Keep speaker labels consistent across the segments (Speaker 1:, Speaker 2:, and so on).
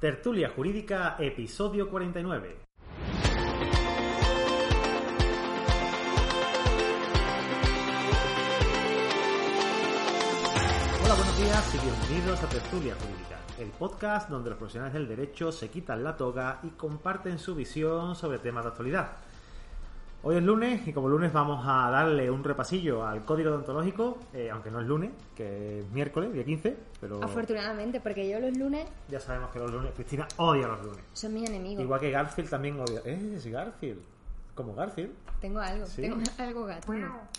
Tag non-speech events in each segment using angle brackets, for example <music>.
Speaker 1: Tertulia Jurídica, episodio 49. Hola, buenos días y bienvenidos a Tertulia Jurídica, el podcast donde los profesionales del derecho se quitan la toga y comparten su visión sobre temas de actualidad. Hoy es lunes y como lunes vamos a darle un repasillo al código odontológico, eh, aunque no es lunes, que es miércoles, día 15, pero
Speaker 2: Afortunadamente, porque yo los lunes
Speaker 1: ya sabemos que los lunes, Cristina odia los lunes.
Speaker 2: son mis enemigos.
Speaker 1: Igual que Garfield también odia. ¿Eh? ¿Es Garfield? ¿Como Garfield?
Speaker 2: Tengo algo,
Speaker 1: Sí.
Speaker 2: tengo <laughs> algo gato.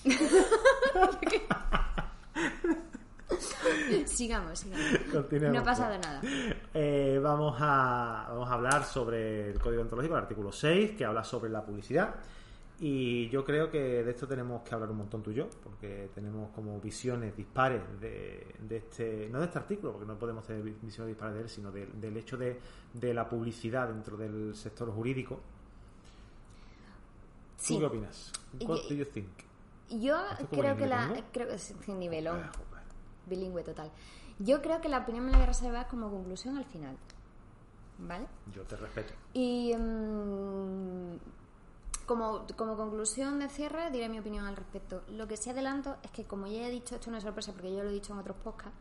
Speaker 2: <laughs> sigamos, sigamos.
Speaker 1: Continuemos.
Speaker 2: No ha pasado nada.
Speaker 1: Eh, vamos, a, vamos a hablar sobre el Código Ontológico, el artículo 6, que habla sobre la publicidad. Y yo creo que de esto tenemos que hablar un montón tú y yo, porque tenemos como visiones dispares de, de este, no de este artículo, porque no podemos tener vi- visiones dispares de él, sino del- del hecho de, de la publicidad dentro del sector jurídico.
Speaker 2: Sí.
Speaker 1: ¿Tú qué opinas?
Speaker 2: Y-
Speaker 1: What do you think?
Speaker 2: Yo
Speaker 1: es como Ah,
Speaker 2: creo que
Speaker 1: en
Speaker 2: la.
Speaker 1: inglés, ¿no?
Speaker 2: Creo que es un nivelón, bilingüe total. Yo creo que la opinión me la voy a reservar como conclusión al final. ¿Vale?
Speaker 1: Yo te respeto.
Speaker 2: Y mm, como, como conclusión de cierre diré mi opinión al respecto. Lo que sí adelanto es que como ya he dicho, esto no es sorpresa porque yo lo he dicho en otros podcasts,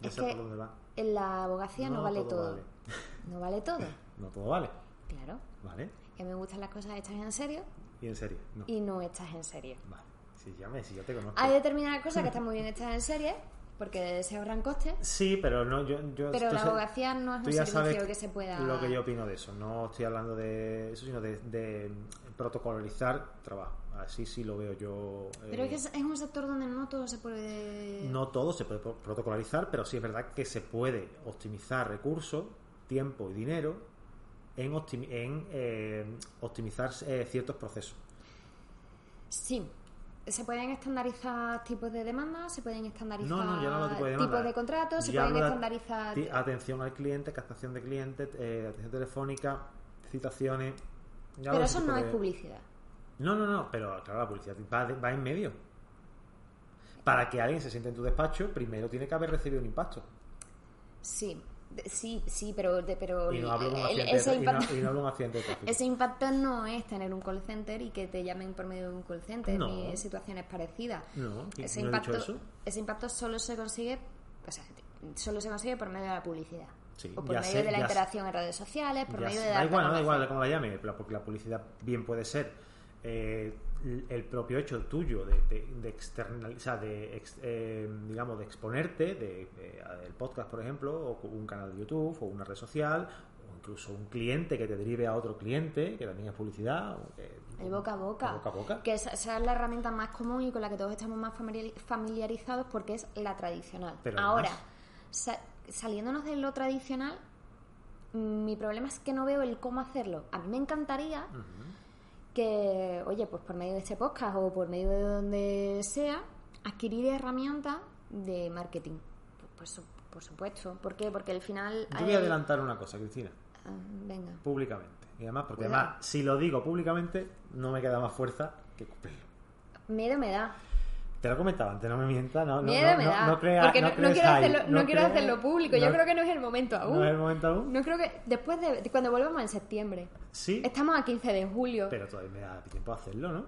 Speaker 1: Ya
Speaker 2: es
Speaker 1: sé por
Speaker 2: que
Speaker 1: dónde va.
Speaker 2: en la abogacía no,
Speaker 1: No
Speaker 2: vale
Speaker 1: todo
Speaker 2: todo.
Speaker 1: vale.
Speaker 2: <laughs> No vale todo,
Speaker 1: No todo vale,
Speaker 2: claro.
Speaker 1: ¿vale?
Speaker 2: Que me gustan las cosas hechas en serio
Speaker 1: Y en serio, no.
Speaker 2: y no hechas en serio.
Speaker 1: Vale. Si ya me, si yo te conozco.
Speaker 2: Hay determinadas cosas que están muy bien hechas en serie porque se ahorran costes.
Speaker 1: Sí, pero no, yo, yo
Speaker 2: Pero
Speaker 1: tú
Speaker 2: la
Speaker 1: sa-
Speaker 2: abogacía no es
Speaker 1: tú
Speaker 2: un
Speaker 1: ya
Speaker 2: servicio
Speaker 1: sabes
Speaker 2: que se pueda-
Speaker 1: Lo que yo opino de eso. No estoy hablando de eso, sino de, de mm, protocolizar trabajo. Así sí lo veo yo. eh,
Speaker 2: Pero es que es, es un sector donde no todo se puede...
Speaker 1: No todo se puede pro- protocolizar, pero sí es verdad que se puede optimizar recursos, tiempo y dinero en, optimi- en eh, optimizar eh, ciertos procesos.
Speaker 2: Sí. Se pueden estandarizar tipos de demandas, se pueden estandarizar
Speaker 1: No, no, yo no hablo de tipo de demanda.
Speaker 2: tipos de contratos, se
Speaker 1: Yo
Speaker 2: pueden
Speaker 1: hablo de
Speaker 2: estandarizar...
Speaker 1: ti- atención al cliente, captación de clientes, eh, atención telefónica, citaciones. Yo hablo
Speaker 2: Pero
Speaker 1: de
Speaker 2: eso
Speaker 1: ese tipo
Speaker 2: no es
Speaker 1: de-
Speaker 2: publicidad.
Speaker 1: No, no, no, pero claro, la publicidad va, de- va en medio. Para que alguien se siente en tu despacho, primero tiene que haber recibido un impacto.
Speaker 2: Sí, de- sí, sí, pero... de- pero
Speaker 1: Y no hablo de un
Speaker 2: el- el-
Speaker 1: accidente,
Speaker 2: ese
Speaker 1: de, y no-
Speaker 2: impacto-
Speaker 1: y no hablo de un accidente de
Speaker 2: <laughs>
Speaker 1: tráfico.
Speaker 2: Ese impacto no es tener un call center y que te llamen por medio de un call center,
Speaker 1: No.
Speaker 2: ni situaciones parecidas.
Speaker 1: No, ¿y
Speaker 2: ese
Speaker 1: no he
Speaker 2: impacto,
Speaker 1: dicho eso?
Speaker 2: ese impacto solo se consigue, o sea, solo se consigue por medio de la publicidad.
Speaker 1: Sí,
Speaker 2: o por
Speaker 1: ya
Speaker 2: medio
Speaker 1: sé,
Speaker 2: de la
Speaker 1: ya sé.
Speaker 2: interacción en redes sociales, por
Speaker 1: Ya
Speaker 2: medio
Speaker 1: sé,
Speaker 2: de
Speaker 1: da
Speaker 2: dar
Speaker 1: igual, no da
Speaker 2: a
Speaker 1: igual
Speaker 2: conocer.
Speaker 1: cómo la llame, la- porque la publicidad bien puede ser eh, el- el propio hecho tuyo de, de, de externalizar, de ex- eh, digamos, de exponerte, de, de- el podcast, por ejemplo, o con un canal de YouTube, o una red social, o incluso un cliente que te derive a otro cliente, que también es publicidad. o que-
Speaker 2: El boca a boca.
Speaker 1: el boca a boca.
Speaker 2: Que esa, esa es la herramienta más común y con la que todos estamos más familiar- familiarizados porque es la tradicional.
Speaker 1: Pero
Speaker 2: Ahora,
Speaker 1: además-
Speaker 2: sa- saliéndonos de lo tradicional, mm, mi problema es que no veo el cómo hacerlo. A mí me encantaría que, oye, pues por medio de este podcast o por medio de donde sea, adquirir herramientas de marketing. Por, por su- por supuesto. ¿Por qué? Porque al final...
Speaker 1: Yo voy
Speaker 2: hay-
Speaker 1: a adelantar una cosa, Cristina,
Speaker 2: Ah, Venga.
Speaker 1: públicamente. Y además, porque
Speaker 2: Cuidado.
Speaker 1: además, si lo digo públicamente, no me queda más fuerza que cumplirlo.
Speaker 2: Miedo me da.
Speaker 1: Te lo comentaba antes, no me mientas, no, no,
Speaker 2: Miedo
Speaker 1: no,
Speaker 2: me
Speaker 1: no-
Speaker 2: da.
Speaker 1: no crea-
Speaker 2: porque no, no
Speaker 1: crees
Speaker 2: quiero,
Speaker 1: hype,
Speaker 2: hacerlo, no quiero
Speaker 1: crea-
Speaker 2: hacerlo público. Yo
Speaker 1: no-
Speaker 2: creo que no es el momento aún.
Speaker 1: ¿No es el momento aún?
Speaker 2: No creo que. Después de. de Cuando volvamos en septiembre.
Speaker 1: Sí,
Speaker 2: Estamos a 15 de julio.
Speaker 1: pero todavía me da tiempo a hacerlo, ¿no?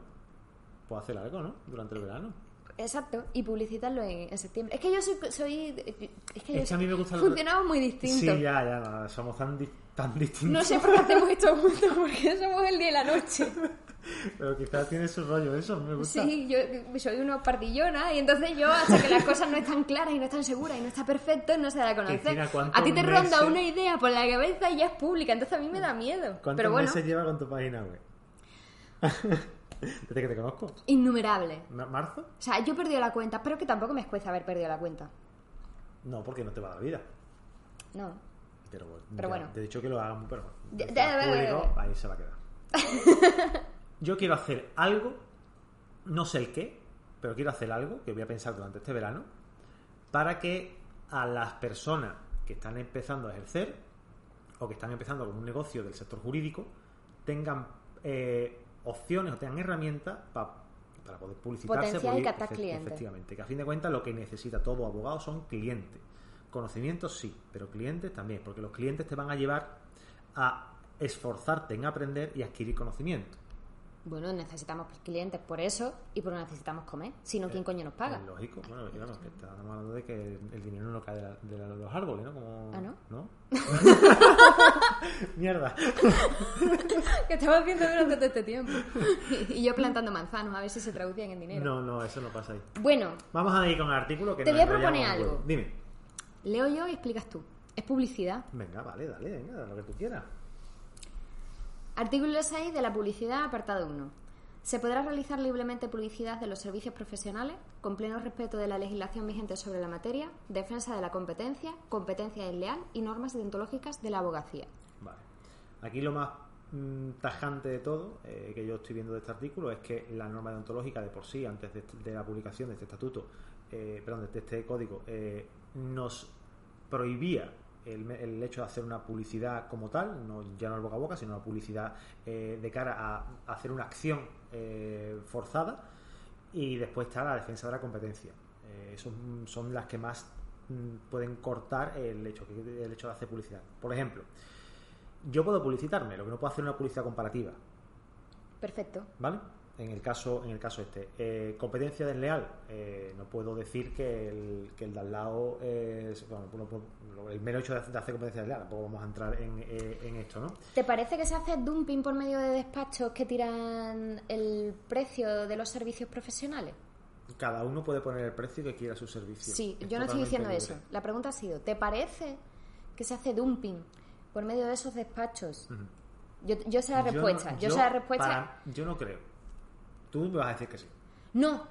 Speaker 1: Puedo hacer algo, ¿no? Durante el verano.
Speaker 2: Exacto. Y publicitarlo en, en septiembre. Es que yo soy. soy es que yo
Speaker 1: Es que a mí me gusta lo-
Speaker 2: Funcionamos muy distintos.
Speaker 1: Sí, ya, ya, no, somos tan, di- tan
Speaker 2: No
Speaker 1: distintos.
Speaker 2: sé por qué hacemos esto juntos. Porque somos el día y
Speaker 1: <laughs>
Speaker 2: la noche.
Speaker 1: Pero quizás tiene su rollo eso, me gusta.
Speaker 2: Sí, yo soy unos pardillonas y entonces yo hasta que las cosas no están claras y no están seguras y no está perfecto no se da a conocer.
Speaker 1: Cristina, ¿cuántos
Speaker 2: a ti te ronda
Speaker 1: meses?
Speaker 2: una idea por la cabeza y ya es pública, entonces a mí me da miedo.
Speaker 1: ¿Cuántos
Speaker 2: Pero bueno,
Speaker 1: meses lleva con tu página web? <laughs> Desde que te conozco.
Speaker 2: innumerable.
Speaker 1: ¿Ma- ¿Marzo?
Speaker 2: O sea, yo he perdido la cuenta, pero que tampoco me escuece haber perdido la cuenta.
Speaker 1: No, porque no te va la vida.
Speaker 2: No.
Speaker 1: Pero bueno,
Speaker 2: Pero
Speaker 1: ya
Speaker 2: bueno.
Speaker 1: te he dicho que lo hagan, pero
Speaker 2: Ya-
Speaker 1: está
Speaker 2: ya, ya, ya, ya.
Speaker 1: público, ahí se va a quedar.
Speaker 2: <laughs>
Speaker 1: Yo quiero hacer algo, no sé el qué, pero quiero hacer algo que voy a pensar durante este verano para que a las personas que están empezando a ejercer o que están empezando con un negocio del sector jurídico tengan eh, opciones o tengan herramientas pa- para poder publicitarse.
Speaker 2: Potenciar y
Speaker 1: poder-
Speaker 2: captar
Speaker 1: efe-
Speaker 2: clientes.
Speaker 1: Efectivamente, que a fin de cuentas lo que necesita todo abogado son clientes. Conocimientos sí, pero clientes también, porque los clientes te van a llevar a esforzarte en aprender y adquirir conocimiento.
Speaker 2: Bueno, necesitamos pues, clientes por eso y por necesitamos comer. Si no, ¿quién coño nos
Speaker 1: Es
Speaker 2: paga?
Speaker 1: Pues lógico, bueno, que, vamos, que estamos hablando de que el dinero no cae de, la- de la- de los árboles, ¿no? Como...
Speaker 2: Ah, ¿no? <laughs>
Speaker 1: Mierda.
Speaker 2: <laughs> que estaba haciendo durante todo este tiempo. <laughs> y yo plantando manzanos, a ver si se traducían en dinero.
Speaker 1: No, no, eso no pasa ahí.
Speaker 2: Bueno,
Speaker 1: Vamos a ir con el artículo que
Speaker 2: Te
Speaker 1: nos
Speaker 2: voy a proponer
Speaker 1: enrollamos un
Speaker 2: algo.
Speaker 1: huevo. Dime.
Speaker 2: leo yo y explicas tú. Es publicidad.
Speaker 1: Venga, vale, dale, venga, lo que tú quieras.
Speaker 2: Artículo 6 de la publicidad, apartado 1. Se podrá realizar libremente publicidad de los servicios profesionales con pleno respeto de la legislación vigente sobre la materia, defensa de la competencia, competencia desleal y normas deontológicas de la abogacía.
Speaker 1: Vale. Aquí lo más mm, tajante de todo eh, que yo estoy viendo de este artículo es que la norma deontológica de por sí, antes de, de la publicación de este estatuto, eh, perdón, de este código, eh, nos prohibía el, me- el hecho de hacer una publicidad como tal, no, ya no el boca a boca, sino una publicidad eh, de cara a, hacer una acción eh, forzada. Y después está la defensa de la competencia. Eh, esos mm, son las que más mm, pueden cortar el hecho, que- el hecho de hacer publicidad. Por ejemplo, yo puedo publicitarme, lo que no puedo hacer es una publicidad comparativa,
Speaker 2: Perfecto.
Speaker 1: ¿vale? En el caso, en el caso este. Eh, competencia desleal, eh, no puedo decir que el, que el de al lado es- bueno, no puedo- el mero hecho de hacer de hacer competencia desleal, tampoco vamos a entrar en, eh, en esto, ¿no?
Speaker 2: ¿Te parece que se hace dumping por medio de despachos que tiran el precio de los servicios profesionales?
Speaker 1: Cada uno puede poner el precio que quiera a su servicio.
Speaker 2: Sí,
Speaker 1: Es
Speaker 2: yo no estoy
Speaker 1: totalmente
Speaker 2: diciendo
Speaker 1: libre.
Speaker 2: eso. La pregunta ha sido, ¿te parece que se hace dumping por medio de esos despachos? Yo, yo sé la
Speaker 1: Yo no-
Speaker 2: respuesta. yo, sé la respuesta.
Speaker 1: para- yo no creo. Tú me vas a decir que sí.
Speaker 2: No,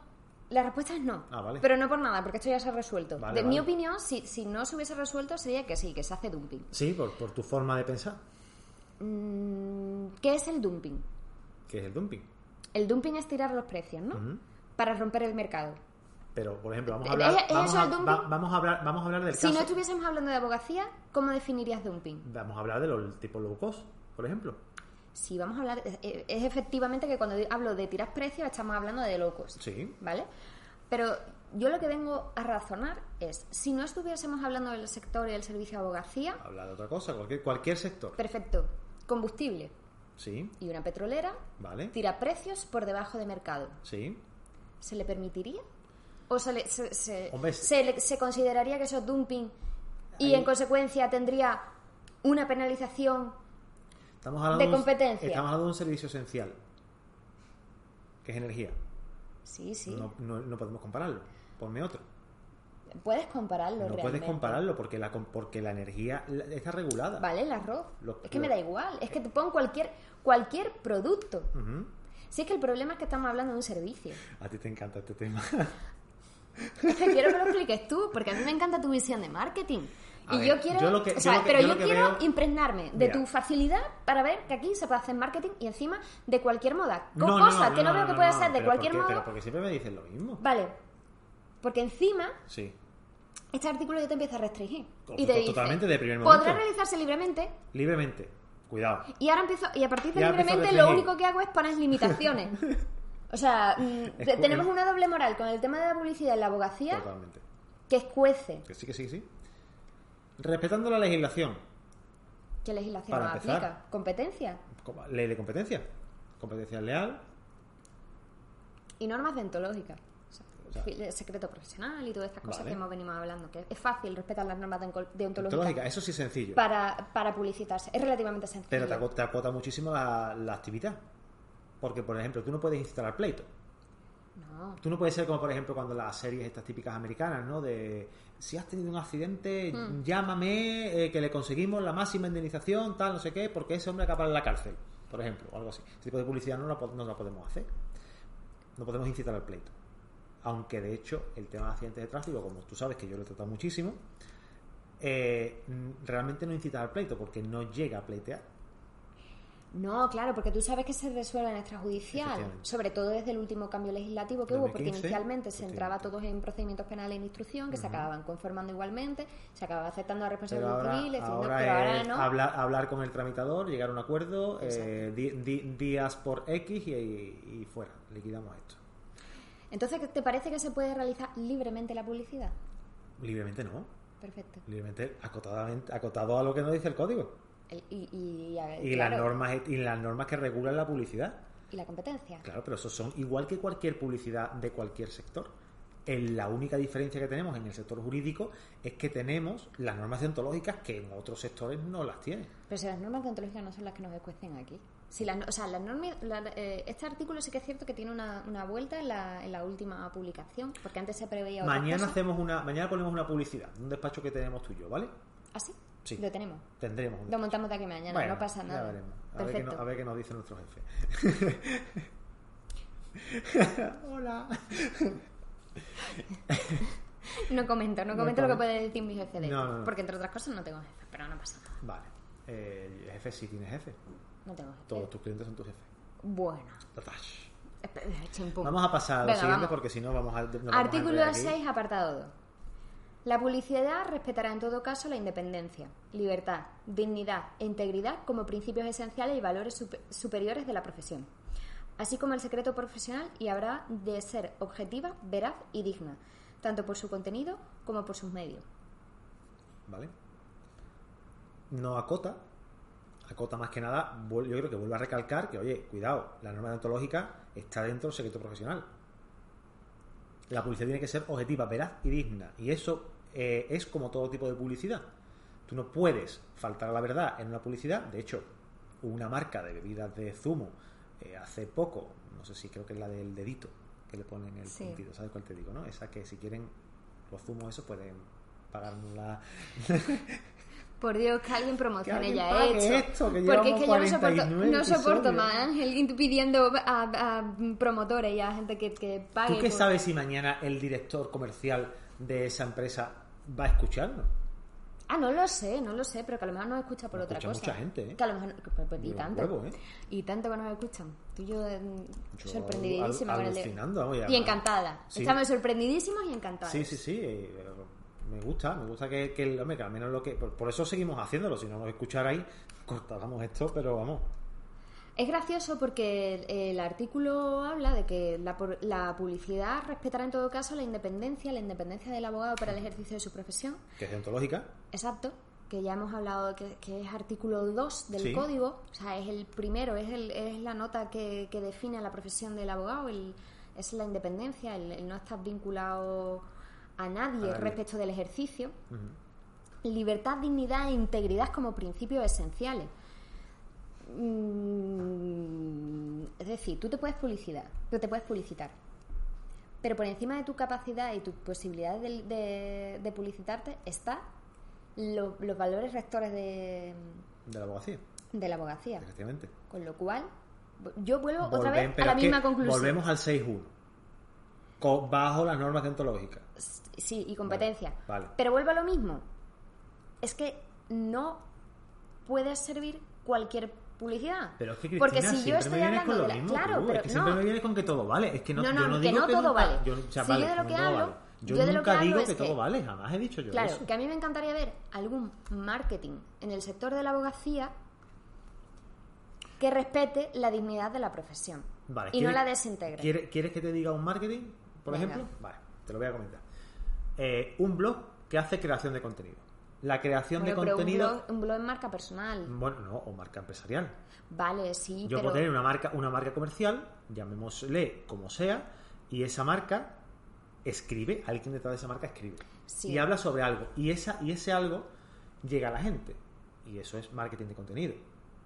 Speaker 2: la respuesta es no.
Speaker 1: Ah, vale.
Speaker 2: Pero no por nada, porque esto ya se ha resuelto.
Speaker 1: Vale,
Speaker 2: de mi
Speaker 1: vale.
Speaker 2: opinión, si, si no se hubiese resuelto, sería que sí, que se hace dumping.
Speaker 1: Sí, por, por tu forma de pensar,
Speaker 2: Mm, ¿Qué es el dumping?
Speaker 1: que es el dumping.
Speaker 2: El dumping es tirar los precios, ¿no?
Speaker 1: Ujú.
Speaker 2: Para romper el mercado.
Speaker 1: Pero, por ejemplo, vamos a
Speaker 2: ¿Es-
Speaker 1: hablar.
Speaker 2: es
Speaker 1: vamos,
Speaker 2: eso el
Speaker 1: a,
Speaker 2: dumping?
Speaker 1: va- vamos a hablar, vamos a hablar del
Speaker 2: Si no
Speaker 1: caso.
Speaker 2: estuviésemos hablando de abogacía, ¿cómo definirías dumping?
Speaker 1: Vamos a hablar de los tipos low cost, por ejemplo.
Speaker 2: Si vamos a hablar, es, es efectivamente que cuando hablo de tirar precios estamos hablando de locos.
Speaker 1: Sí.
Speaker 2: ¿Vale? Pero yo lo que vengo a razonar es, si no estuviésemos hablando del sector y del servicio de abogacía,
Speaker 1: Habla de otra cosa, cualquier, cualquier sector.
Speaker 2: perfecto, combustible
Speaker 1: Sí,
Speaker 2: y una petrolera
Speaker 1: vale.
Speaker 2: tira precios por debajo de mercado.
Speaker 1: Sí.
Speaker 2: ¿Se le permitiría? ¿O se, le, se, se-
Speaker 1: Hombre,
Speaker 2: se le- se consideraría que eso es dumping y
Speaker 1: Ahí-
Speaker 2: en consecuencia tendría una penalización?
Speaker 1: Estamos hablando
Speaker 2: De
Speaker 1: un-
Speaker 2: competencia.
Speaker 1: estamos hablando de un servicio esencial, que es energía.
Speaker 2: Sí, sí.
Speaker 1: No, no- no podemos compararlo. Ponme otro.
Speaker 2: Puedes compararlo
Speaker 1: No
Speaker 2: realmente.
Speaker 1: puedes compararlo porque la, com- porque la energía la- está regulada.
Speaker 2: Vale, el arroz.
Speaker 1: Lo-
Speaker 2: es que
Speaker 1: lo- eh.
Speaker 2: me da igual. Es que te pongo cualquier, cualquier producto.
Speaker 1: Ujú.
Speaker 2: Si es que el problema es que estamos hablando de un servicio.
Speaker 1: A ti te encanta este tema.
Speaker 2: Es que <laughs> quiero que lo expliques tú, porque a mí me encanta tu visión de marketing.
Speaker 1: A
Speaker 2: y
Speaker 1: ver,
Speaker 2: yo quiero,
Speaker 1: yo lo que-
Speaker 2: o sea,
Speaker 1: yo lo que-
Speaker 2: pero
Speaker 1: yo
Speaker 2: yo,
Speaker 1: lo que
Speaker 2: quiero
Speaker 1: veo-
Speaker 2: impregnarme de
Speaker 1: Mira.
Speaker 2: tu facilidad para ver que aquí se puede hacer marketing y encima de cualquier moda.
Speaker 1: <laughs>
Speaker 2: Con
Speaker 1: No, no,
Speaker 2: cosas
Speaker 1: no,
Speaker 2: que no,
Speaker 1: no,
Speaker 2: veo
Speaker 1: no,
Speaker 2: que
Speaker 1: no,
Speaker 2: pueda
Speaker 1: no,
Speaker 2: ser de
Speaker 1: pero
Speaker 2: cualquier
Speaker 1: porque-
Speaker 2: modo.
Speaker 1: Pero porque siempre me dicen lo mismo.
Speaker 2: Vale. Porque encima
Speaker 1: Sí.
Speaker 2: este artículo ya te empieza a restringir.
Speaker 1: Con-
Speaker 2: Y te dice,
Speaker 1: totalmente de primer
Speaker 2: podrá
Speaker 1: momento".
Speaker 2: realizarse libremente
Speaker 1: Libremente. Cuidado.
Speaker 2: y ahora empiezo y a partir de
Speaker 1: Ya empiezo a
Speaker 2: libremente lo
Speaker 1: restringir.
Speaker 2: único que hago es
Speaker 1: <laughs>
Speaker 2: poner limitaciones. O sea, mm,
Speaker 1: Es cu-
Speaker 2: tenemos
Speaker 1: es-
Speaker 2: una doble moral con el tema de la publicidad y la abogacía
Speaker 1: Totalmente.
Speaker 2: que escuece.
Speaker 1: Que sí, que sí, que sí. Respetando la legislación.
Speaker 2: ¿Qué legislación
Speaker 1: Para
Speaker 2: nos
Speaker 1: empezar.
Speaker 2: aplica? ¿Competencia?
Speaker 1: como Ley de competencia. Competencia leal.
Speaker 2: Y normas deontológicas. O sea,
Speaker 1: O sea,
Speaker 2: el secreto profesional y todas estas cosas
Speaker 1: Vale.
Speaker 2: que hemos venido hablando. Que es fácil respetar las normas deonco-
Speaker 1: Ontológica.
Speaker 2: deontológicas
Speaker 1: Eso sí es sencillo.
Speaker 2: para, para publicitarse. Es relativamente sencillo.
Speaker 1: Pero te aco- te acota muchísimo la, la actividad. Porque, por ejemplo, tú no puedes instalar pleito.
Speaker 2: No.
Speaker 1: Tú no puedes ser como, por ejemplo, cuando las series estas típicas americanas, ¿no? De si has tenido un accidente, llámame, eh, que le conseguimos la máxima indemnización, tal, no sé qué, porque ese hombre acaba en la cárcel, por ejemplo, o algo así. Ese tipo de publicidad no la, po- no la podemos hacer. No podemos incitar al pleito. Aunque, de hecho, el tema de accidentes de tráfico, como tú sabes que yo lo he tratado muchísimo, eh, mm, realmente no incita al pleito porque no llega a pleitear.
Speaker 2: No, claro, porque tú sabes que se resuelve en extrajudicial,
Speaker 1: Efectivamente.
Speaker 2: sobre todo desde el último cambio legislativo que hubo, porque
Speaker 1: 2015,
Speaker 2: inicialmente se entraba
Speaker 1: efectivamente.
Speaker 2: todos en procedimientos penales en instrucción, que se acababan conformando igualmente, se acababa aceptando la
Speaker 1: Pero
Speaker 2: responsabilidad
Speaker 1: ahora,
Speaker 2: civil, decir, no,
Speaker 1: ahora
Speaker 2: pero ahora
Speaker 1: es
Speaker 2: no.
Speaker 1: hablar, hablar con el tramitador, llegar a un acuerdo, eh,
Speaker 2: Exacto.
Speaker 1: di- di- días por X y, y fuera, liquidamos esto.
Speaker 2: Entonces, ¿te parece que se puede realizar libremente la publicidad?
Speaker 1: Libremente no,
Speaker 2: Perfecto.
Speaker 1: libremente acotadamente, acotado a lo que nos dice el código
Speaker 2: El- y, y- y-
Speaker 1: y, las
Speaker 2: Eh, claro,
Speaker 1: normas, y las normas que regulan la publicidad.
Speaker 2: y la competencia.
Speaker 1: Claro, pero esos son igual que cualquier publicidad de cualquier sector. En la única diferencia que tenemos en el sector jurídico es que tenemos las normas deontológicas que en otros sectores no las tienen.
Speaker 2: Pero si las normas deontológicas no son las que nos escuecen aquí. Si las, no- o sea, las normas, la- eh, este artículo sí que es cierto que tiene una, una vuelta en la, en la última publicación, porque antes se preveía otra
Speaker 1: Mañana
Speaker 2: cosa.
Speaker 1: hacemos una, mañana ponemos una publicidad, un despacho que tenemos tuyo, ¿vale?
Speaker 2: ¿Ah, sí?
Speaker 1: Sí.
Speaker 2: Lo tenemos.
Speaker 1: Tendremos un
Speaker 2: Lo montamos de aquí mañana,
Speaker 1: Bueno,
Speaker 2: no pasa
Speaker 1: ya
Speaker 2: nada.
Speaker 1: veremos. A ver, qué
Speaker 2: Perfecto.
Speaker 1: no- a ver qué nos dice nuestro
Speaker 2: <laughs>
Speaker 1: jefe. Hola.
Speaker 2: No comento, no
Speaker 1: No
Speaker 2: comento lo que
Speaker 1: comento.
Speaker 2: puede decir mi jefe de
Speaker 1: No,
Speaker 2: esto,
Speaker 1: no, no.
Speaker 2: porque entre otras cosas no tengo jefe, pero no pasa nada.
Speaker 1: Vale. Eh, el jefe sí tiene jefe.
Speaker 2: No tengo jefe.
Speaker 1: Todos tus clientes son tus jefes.
Speaker 2: Bueno,
Speaker 1: Tatash.
Speaker 2: Espe- <laughs> chimpum.
Speaker 1: Vamos a pasar al
Speaker 2: Venga,
Speaker 1: siguiente
Speaker 2: vamos.
Speaker 1: porque si no vamos al... nos vamos a
Speaker 2: Artículo
Speaker 1: enredar aquí.
Speaker 2: 6, apartado 2. La publicidad respetará en todo caso la independencia, libertad, dignidad e integridad como principios esenciales y valores supe- superiores de la profesión, así como el secreto profesional y habrá de ser objetiva, veraz y digna, tanto por su contenido como por sus medios.
Speaker 1: ¿Vale? No acota. Acota más que nada, vuel- yo creo que vuelve a recalcar que, oye, cuidado, la norma deontológica está dentro del secreto profesional. La publicidad tiene que ser objetiva, veraz y digna. Y eso eh, es como todo tipo de publicidad. Tú no puedes faltar a la verdad en una publicidad. De hecho, hubo una marca de bebidas de zumo eh, hace poco, no sé si creo que es la del dedito, que le ponen el
Speaker 2: Sí.
Speaker 1: puntito, ¿sabes cuál te digo? ¿no? Esa que si quieren los zumos esos pueden pagarnos la...
Speaker 2: Por Dios, que alguien promocione
Speaker 1: alguien
Speaker 2: ya
Speaker 1: pague
Speaker 2: esto.
Speaker 1: esto, que
Speaker 2: Porque es
Speaker 1: llevamos
Speaker 2: que yo no soporto,
Speaker 1: 49
Speaker 2: no soporto
Speaker 1: episodios.
Speaker 2: más Ángel pidiendo a, a promotores y a gente que, que pague.
Speaker 1: ¿Tú qué
Speaker 2: por-
Speaker 1: sabes si mañana el director comercial de esa empresa va a escucharnos?
Speaker 2: Ah, no lo sé, no lo sé, pero que a lo mejor nos escucha por
Speaker 1: Nos
Speaker 2: otra
Speaker 1: escucha
Speaker 2: cosa.
Speaker 1: mucha gente, ¿eh?
Speaker 2: Que a lo mejor, que- pues, y
Speaker 1: Yo
Speaker 2: tanto.
Speaker 1: huevo, ¿eh?
Speaker 2: Y tanto que nos escuchan. Tú y yo, eh,
Speaker 1: Yo
Speaker 2: sorprendidísima
Speaker 1: al-
Speaker 2: con el de-
Speaker 1: alucinando, vamos, ya.
Speaker 2: Y encantada.
Speaker 1: Sí.
Speaker 2: Estamos sorprendidísimos y encantadas.
Speaker 1: Sí, sí, sí. eh, Me gusta, me gusta que, que el hombre, que al menos lo que. Por, por eso seguimos haciéndolo. Si no nos escucharais, cortábamos esto, pero vamos.
Speaker 2: Es gracioso porque el, el artículo habla de que la, por- la publicidad respetará en todo caso la independencia, la independencia del abogado para el ejercicio de su profesión.
Speaker 1: Que es deontológica.
Speaker 2: Exacto, que ya hemos hablado que, que es artículo 2 del
Speaker 1: Sí.
Speaker 2: código, o sea, es el primero, es, el, es la nota que, que define la profesión del abogado, el- es la independencia, el, el no estar vinculado a nadie
Speaker 1: A nadie.
Speaker 2: respecto del ejercicio.
Speaker 1: Ujú.
Speaker 2: Libertad, dignidad e integridad como principios esenciales. Mm, es decir, tú te puedes publicidad, pero te puedes publicitar. Pero por encima de tu capacidad y tus posibilidades de, de- de publicitarte está lo- los valores rectores de,
Speaker 1: De la abogacía,
Speaker 2: de la abogacía.
Speaker 1: efectivamente.
Speaker 2: Con lo cual, yo vuelvo otra
Speaker 1: Volvem-
Speaker 2: vez a
Speaker 1: pero
Speaker 2: la
Speaker 1: es que
Speaker 2: misma conclusión.
Speaker 1: Volvemos al 6.1. co- Bajo las normas deontológicas.
Speaker 2: Sí, y competencia.
Speaker 1: Vale, vale.
Speaker 2: Pero vuelvo a lo mismo. Es que no puede servir cualquier publicidad.
Speaker 1: Pero es que Cristina,
Speaker 2: Porque si yo
Speaker 1: siempre
Speaker 2: estoy
Speaker 1: me vienes
Speaker 2: hablando
Speaker 1: con lo
Speaker 2: de la-
Speaker 1: mismo.
Speaker 2: Claro,
Speaker 1: tú,
Speaker 2: pero
Speaker 1: es que
Speaker 2: no.
Speaker 1: siempre me vienes con que todo vale. Es que no,
Speaker 2: No, no,
Speaker 1: yo no
Speaker 2: que
Speaker 1: digo
Speaker 2: no
Speaker 1: que
Speaker 2: todo
Speaker 1: nunca-
Speaker 2: vale.
Speaker 1: Yo, o sea,
Speaker 2: Si yo
Speaker 1: vale,
Speaker 2: de lo
Speaker 1: no
Speaker 2: que
Speaker 1: todo
Speaker 2: hablo-
Speaker 1: vale. Yo,
Speaker 2: yo de lo
Speaker 1: nunca
Speaker 2: que
Speaker 1: digo
Speaker 2: hablo
Speaker 1: que
Speaker 2: es
Speaker 1: todo
Speaker 2: que-
Speaker 1: vale. Jamás he dicho yo
Speaker 2: Claro,
Speaker 1: eso.
Speaker 2: que a mí me encantaría ver algún marketing en el sector de la abogacía que respete la dignidad de la profesión
Speaker 1: Vale,
Speaker 2: y no
Speaker 1: ¿quieres-
Speaker 2: la desintegre.
Speaker 1: ¿quieres, quieres que te diga un marketing, por
Speaker 2: Venga.
Speaker 1: ejemplo? Vale, te lo voy a comentar. Eh, un blog que hace creación de contenido. La creación
Speaker 2: Bueno,
Speaker 1: de
Speaker 2: pero
Speaker 1: contenido.
Speaker 2: un, blog, un blog en marca personal.
Speaker 1: Bueno, no, o marca empresarial.
Speaker 2: Vale, sí,
Speaker 1: Yo
Speaker 2: pero
Speaker 1: puedo tener una marca, una marca comercial, llamémosle como sea, y esa marca escribe, alguien detrás de esa marca escribe.
Speaker 2: Sí.
Speaker 1: Y habla sobre algo. Y, esa, y ese algo llega a la gente. Y eso es marketing de contenido.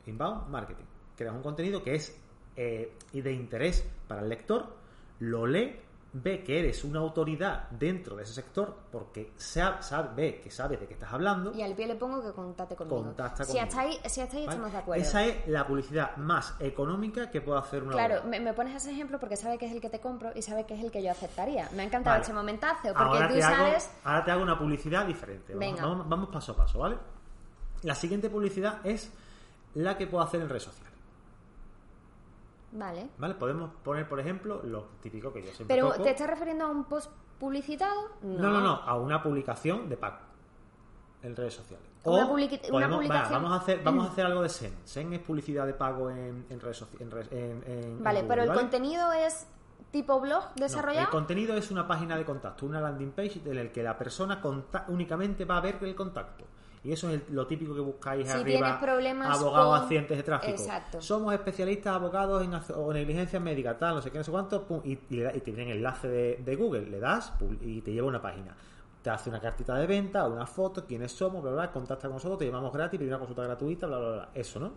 Speaker 1: Inbound marketing. Creas un contenido que es eh, y de interés para el lector, lo lee, ve que eres una autoridad dentro de ese sector porque sa- sa- ve que sabes de qué estás hablando.
Speaker 2: Y al pie le pongo que contate conmigo.
Speaker 1: Contacta
Speaker 2: si
Speaker 1: conmigo.
Speaker 2: estáis, si estáis
Speaker 1: ¿vale?
Speaker 2: estamos de acuerdo.
Speaker 1: Esa es la publicidad más económica que puede hacer una
Speaker 2: Claro,
Speaker 1: obra.
Speaker 2: me, me pones ese ejemplo porque sabe que es el que te compro y sabe que es el que yo aceptaría. Me ha encantado
Speaker 1: Vale.
Speaker 2: este momentazo porque
Speaker 1: Ahora
Speaker 2: tú
Speaker 1: te, hago,
Speaker 2: sabes...
Speaker 1: ahora te hago una publicidad diferente. Vamos-
Speaker 2: Venga.
Speaker 1: Vamos, vamos paso a paso, ¿vale? La siguiente publicidad es la que puedo hacer en redes sociales.
Speaker 2: Vale.
Speaker 1: ¿Vale? Podemos poner, por ejemplo, lo típico que yo siempre
Speaker 2: Pero
Speaker 1: toco.
Speaker 2: ¿te estás refiriendo a un post publicitado?
Speaker 1: No, no, no, a una publicación de pago en redes sociales.
Speaker 2: Una publici- una
Speaker 1: podemos- va,
Speaker 2: publicación.
Speaker 1: vamos, a hacer, vamos
Speaker 2: <clears throat>
Speaker 1: a hacer algo de SEN. SEN es publicidad de pago en, en redes sociales. En, redes- en- en-
Speaker 2: Vale,
Speaker 1: en Google,
Speaker 2: pero el
Speaker 1: ¿vale?
Speaker 2: contenido es tipo blog
Speaker 1: No, el
Speaker 2: desarrollado.
Speaker 1: contenido es una página de contacto, una landing page en el que la persona conta- únicamente va a ver el contacto. Y eso es el- lo típico que buscáis
Speaker 2: Si
Speaker 1: arriba.
Speaker 2: tienes problemas
Speaker 1: abogados,
Speaker 2: con-
Speaker 1: accidentes de tráfico.
Speaker 2: Exacto.
Speaker 1: Somos especialistas, abogados en ac- o negligencia médica, tal, no sé qué, no sé cuánto. pum, y, y le da- y te viene el enlace de, de Google. Le das pum, y te lleva a una página. Te hace una cartita de venta, una foto, quiénes somos, bla, bla, bla, contacta con nosotros, te llamamos gratis, pide una consulta gratuita, bla, bla, bla. Eso, ¿no?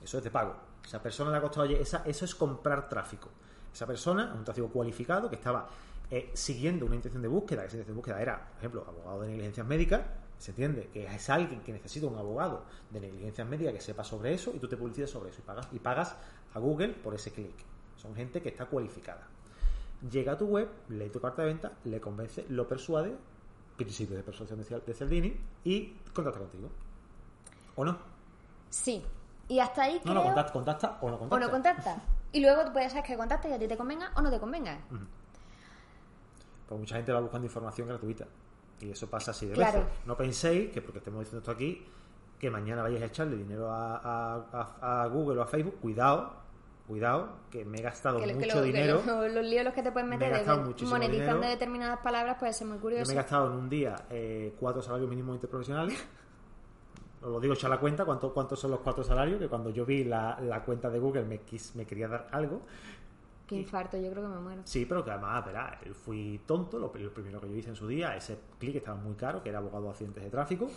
Speaker 1: Eso es de pago. Esa persona le ha costado, oye, esa- eso es comprar tráfico. Esa persona, un tráfico cualificado que estaba eh, siguiendo una intención de búsqueda, que esa intención de búsqueda era, por ejemplo, abogado de negligencias médicas, se entiende que es alguien que necesita un abogado de negligencias médicas que sepa sobre eso y tú te publicitas sobre eso y pagas, y pagas a Google por ese clic. Son gente que está cualificada. Llega a tu web, lee tu carta de venta, le convence, lo persuade, principio de persuasión de Cial- de Cialdini, y contacta contigo. ¿O no?
Speaker 2: Sí. Y hasta ahí
Speaker 1: No,
Speaker 2: creo...
Speaker 1: no, contacta, contacta o no contacta.
Speaker 2: o no contacta. Y luego tú puedes hacer que contacte y a ti te convenga o no te convenga.
Speaker 1: Pues mucha gente va buscando información gratuita. Y eso pasa así de
Speaker 2: Claro.
Speaker 1: veces. No penséis que porque estemos diciendo esto aquí, que mañana vayáis a echarle dinero a, a- a- a Google o a Facebook. Cuidado, cuidado, que me he gastado
Speaker 2: Que, lo- que
Speaker 1: mucho
Speaker 2: lo- que
Speaker 1: dinero.
Speaker 2: lo- los líos los que te pueden
Speaker 1: Me he
Speaker 2: meter de
Speaker 1: gastado muchísimo
Speaker 2: monetizando
Speaker 1: dinero.
Speaker 2: determinadas palabras puede ser muy
Speaker 1: Yo
Speaker 2: curioso.
Speaker 1: me he gastado en un día eh, cuatro salarios mínimos interprofesionales. Os lo digo, echa la cuenta cuánto, cuántos son los cuatro salarios, que cuando yo vi la, la cuenta de Google me, quis- me quería dar algo.
Speaker 2: Qué infarto, yo creo que me muero.
Speaker 1: Sí, pero que además, verá, yo fui tonto, lo, lo primero que yo hice en su día, ese clic estaba muy caro, que era abogado de accidentes de tráfico,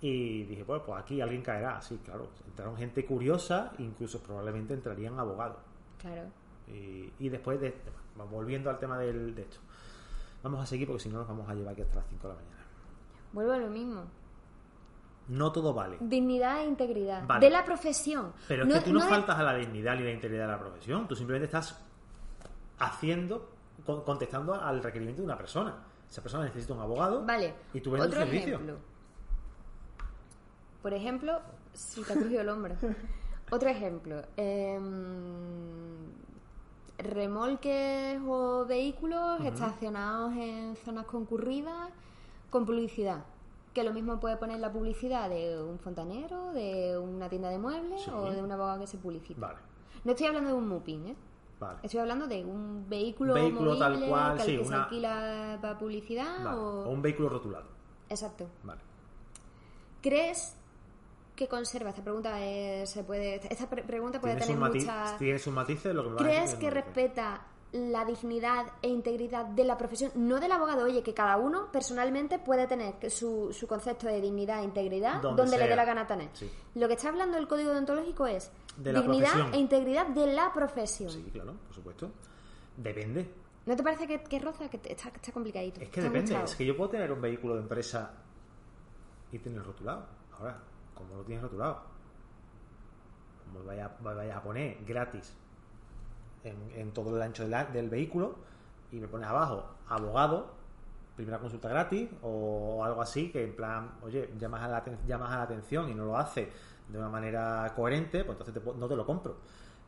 Speaker 1: y dije, bueno, pues aquí alguien caerá, sí, claro, entraron gente curiosa, incluso probablemente entrarían abogados.
Speaker 2: Claro.
Speaker 1: Y, y después de, volviendo al tema del, de esto, vamos a seguir porque si no nos vamos a llevar aquí hasta las 5 de la mañana.
Speaker 2: Vuelvo a lo mismo.
Speaker 1: No todo vale.
Speaker 2: Dignidad e integridad.
Speaker 1: Vale.
Speaker 2: De la profesión.
Speaker 1: Pero es que tú no,
Speaker 2: de-
Speaker 1: faltas a la dignidad ni la integridad de la profesión. Tú simplemente estás haciendo, con- contestando al requerimiento de una persona. Esa persona necesita un abogado
Speaker 2: Vale.
Speaker 1: y tú vendes
Speaker 2: Otro
Speaker 1: un servicio.
Speaker 2: ejemplo. Por ejemplo, si te ha cogido el
Speaker 1: <laughs>
Speaker 2: hombro. Otro ejemplo. em, remolques o vehículos estacionados en zonas concurridas con publicidad. Que lo mismo puede poner la publicidad de un fontanero, de una tienda de muebles
Speaker 1: Sí.
Speaker 2: o de un abogado que se publicita.
Speaker 1: Vale,
Speaker 2: No estoy hablando de un muping, ¿eh?
Speaker 1: vale.
Speaker 2: Estoy hablando de un vehículo,
Speaker 1: Vehículo tal
Speaker 2: movible
Speaker 1: cual,
Speaker 2: que, al
Speaker 1: sí,
Speaker 2: que se
Speaker 1: una-
Speaker 2: alquila para publicidad
Speaker 1: vale.
Speaker 2: o...
Speaker 1: O un vehículo rotulado.
Speaker 2: Exacto.
Speaker 1: Vale.
Speaker 2: ¿Crees que conserva? Esta pregunta eh, se puede. Esta pre- pregunta puede
Speaker 1: Tiene sus,
Speaker 2: tener
Speaker 1: mati-
Speaker 2: muchas.
Speaker 1: tiene sus matices, lo que me vas a decir
Speaker 2: ¿Crees
Speaker 1: tiene
Speaker 2: que
Speaker 1: matices.
Speaker 2: respeta la dignidad e integridad de la profesión? No del abogado, oye, que cada uno personalmente puede tener que su, su concepto de dignidad e integridad
Speaker 1: Donde
Speaker 2: donde, le dé
Speaker 1: sea.
Speaker 2: la gana tener.
Speaker 1: Sí.
Speaker 2: Lo que está hablando el código deontológico es
Speaker 1: De la
Speaker 2: dignidad
Speaker 1: profesión.
Speaker 2: e integridad de la profesión.
Speaker 1: Sí, claro, por supuesto. Depende.
Speaker 2: ¿No te parece que, que roza? Que te- está, está complicadito.
Speaker 1: Es que
Speaker 2: está
Speaker 1: depende.
Speaker 2: manchado.
Speaker 1: Es que yo puedo tener un vehículo de empresa y tener rotulado. Ahora, como lo tienes rotulado, como vaya, me vayas a poner gratis en, en todo el ancho de la- del vehículo y me pones abajo abogado, primera consulta gratis o, algo así, que en plan, oye, llamas a, la, aten- llamas a la atención y no lo hace de una manera coherente, pues entonces te po- no te lo compro.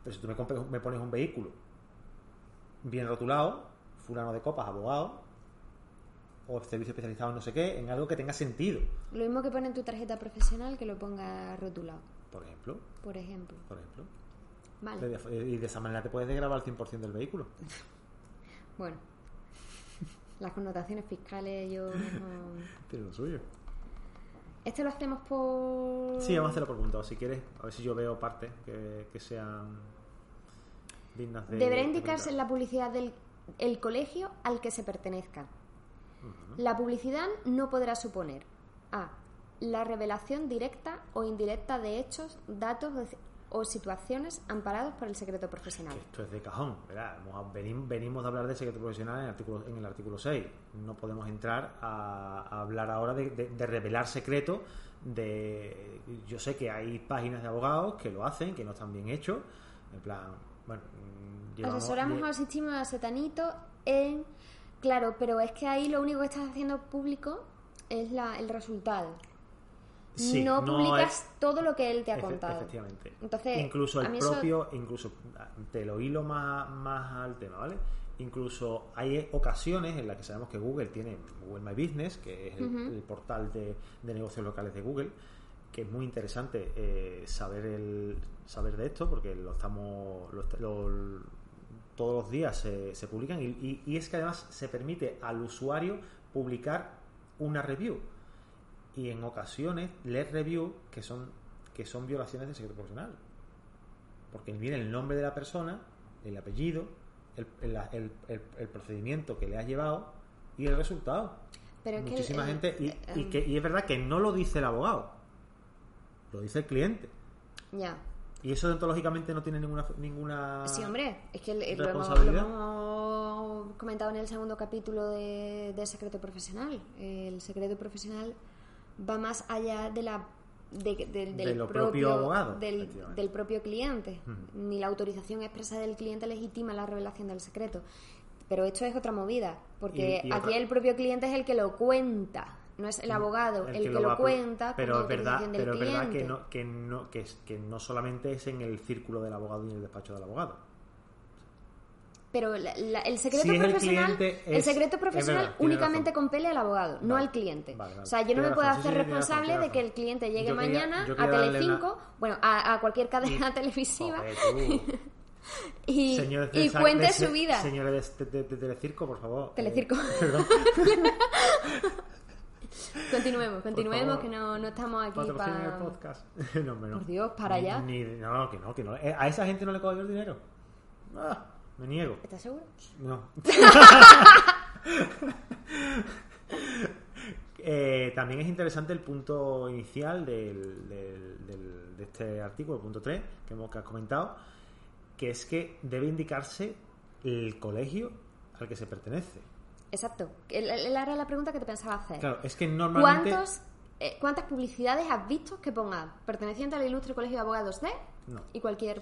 Speaker 1: Pero si tú me, compras- me pones un vehículo bien rotulado, fulano de copas, abogado, o servicio especializado en no sé qué, en algo que tenga sentido,
Speaker 2: Lo mismo que pone en tu tarjeta profesional que lo ponga rotulado,
Speaker 1: por ejemplo,
Speaker 2: por ejemplo.
Speaker 1: por ejemplo.
Speaker 2: Vale.
Speaker 1: De- eh, Y de esa manera te puedes desgravar el 100% del
Speaker 2: <laughs>
Speaker 1: vehículo.
Speaker 2: Bueno, <laughs> las connotaciones fiscales yo no...
Speaker 1: Tiene lo suyo.
Speaker 2: Este lo hacemos por...
Speaker 1: Sí, vamos a hacerlo por punto, si quieres, a ver si yo veo partes que, que sean dignas de...
Speaker 2: Deberá
Speaker 1: de
Speaker 2: indicarse en
Speaker 1: comentar.
Speaker 2: la publicidad del el colegio al que se pertenezca. La publicidad no podrá suponer A. La revelación directa o indirecta de hechos, datos o ci- o situaciones amparados por el secreto profesional.
Speaker 1: Esto es de cajón, ¿verdad? Hemos- venim- Venimos de hablar de secreto profesional en el artículo, en el artículo 6. No podemos entrar a, a hablar ahora de, de- de revelar secretos. De, yo sé que hay páginas de abogados que lo hacen, que no están bien hechos. En plan, bueno, mm, llevamos-
Speaker 2: Asesoramos,
Speaker 1: lle-
Speaker 2: asistimos a Setanito en... Claro, pero es que ahí lo único que estás haciendo público es la, el resultado.
Speaker 1: Sí,
Speaker 2: no publicas
Speaker 1: es-
Speaker 2: todo lo que él te ha
Speaker 1: Efe-
Speaker 2: contado.
Speaker 1: Efectivamente.
Speaker 2: Entonces,
Speaker 1: incluso
Speaker 2: a
Speaker 1: el
Speaker 2: mí eso-
Speaker 1: propio, incluso te lo hilo más, más al tema, ¿vale? Incluso hay ocasiones en las que sabemos que Google tiene Google My Business, que es el, el portal de, de negocios locales de Google, que es muy interesante eh, saber el saber de esto porque lo estamos lo est- lo- todos los días se, se publican y, y- y es que además se permite al usuario publicar una review y en ocasiones leer review que son que son violaciones del secreto profesional porque viene el nombre de la persona el apellido el, el- el- el- el procedimiento que le has llevado y el resultado
Speaker 2: Pero es que el-
Speaker 1: muchísima
Speaker 2: el-
Speaker 1: gente y, y
Speaker 2: em,
Speaker 1: que, y es verdad que no lo dice el abogado lo dice el cliente
Speaker 2: Ya.
Speaker 1: y eso dentológicamente no tiene ninguna ninguna
Speaker 2: Sí, hombre, es que el- el- lo, hemos,
Speaker 1: responsabilidad.
Speaker 2: lo hemos comentado en el segundo capítulo de, de secreto profesional. El secreto profesional va más allá de la de- de- del
Speaker 1: De lo propio abogado,
Speaker 2: del,
Speaker 1: efectivamente.
Speaker 2: del propio cliente. Ni la autorización expresa del cliente legitima la revelación del secreto. Pero esto es otra movida, porque
Speaker 1: Y- y
Speaker 2: aquí
Speaker 1: otra-
Speaker 2: el propio cliente es el que lo cuenta, no es el abogado el, que, lo,
Speaker 1: va a-
Speaker 2: cuenta. con la
Speaker 1: pero es verdad
Speaker 2: autorización del
Speaker 1: pero es verdad que
Speaker 2: cliente.
Speaker 1: no que no que, es- que no solamente es en el círculo del abogado y en el despacho del abogado
Speaker 2: Pero la- la- el secreto
Speaker 1: Si es el
Speaker 2: profesional, el,
Speaker 1: cliente, es-
Speaker 2: secreto
Speaker 1: es
Speaker 2: profesional
Speaker 1: verdad, tiene
Speaker 2: únicamente
Speaker 1: razón.
Speaker 2: compele al abogado, no
Speaker 1: Vale,
Speaker 2: al cliente.
Speaker 1: vale, vale.
Speaker 2: O sea, yo no
Speaker 1: Tiene
Speaker 2: me puedo
Speaker 1: razón, sí,
Speaker 2: hacer
Speaker 1: sí, tiene razón,
Speaker 2: responsable
Speaker 1: tiene
Speaker 2: de que
Speaker 1: razón.
Speaker 2: el cliente llegue
Speaker 1: Yo quería-
Speaker 2: mañana
Speaker 1: yo
Speaker 2: a
Speaker 1: quería darle
Speaker 2: Telecinco, bueno, a, a cualquier cadena <laughs> televisiva
Speaker 1: Joder, tú.
Speaker 2: <laughs> y,
Speaker 1: Señores
Speaker 2: y
Speaker 1: del sa-
Speaker 2: cuente
Speaker 1: de-
Speaker 2: su vida.
Speaker 1: señores de, de- de Telecirco por favor
Speaker 2: Telecirco.
Speaker 1: Eh, perdón
Speaker 2: Continuemos, continuemos
Speaker 1: favor,
Speaker 2: que no, no estamos <laughs> aquí
Speaker 1: patrocinen el
Speaker 2: para
Speaker 1: podcast <laughs> no, hombre, no.
Speaker 2: Por Dios, para
Speaker 1: Ni-
Speaker 2: allá.
Speaker 1: ni- no que no que no Eh, a esa gente no le cojo yo el dinero Ah, me niego
Speaker 2: ¿Estás seguro? <laughs>
Speaker 1: No. Eh, también es interesante el punto inicial del- del- del- de este artículo, el punto 3, que, hemos, que has comentado, que es que debe indicarse el colegio al que se pertenece.
Speaker 2: Exacto. Él- él- él Era la pregunta que te pensaba hacer.
Speaker 1: Claro, es que normalmente...
Speaker 2: ¿Cuántos, eh, ¿Cuántas publicidades has visto que ponga perteneciente al ilustre colegio de abogados de?
Speaker 1: No.
Speaker 2: Y cualquier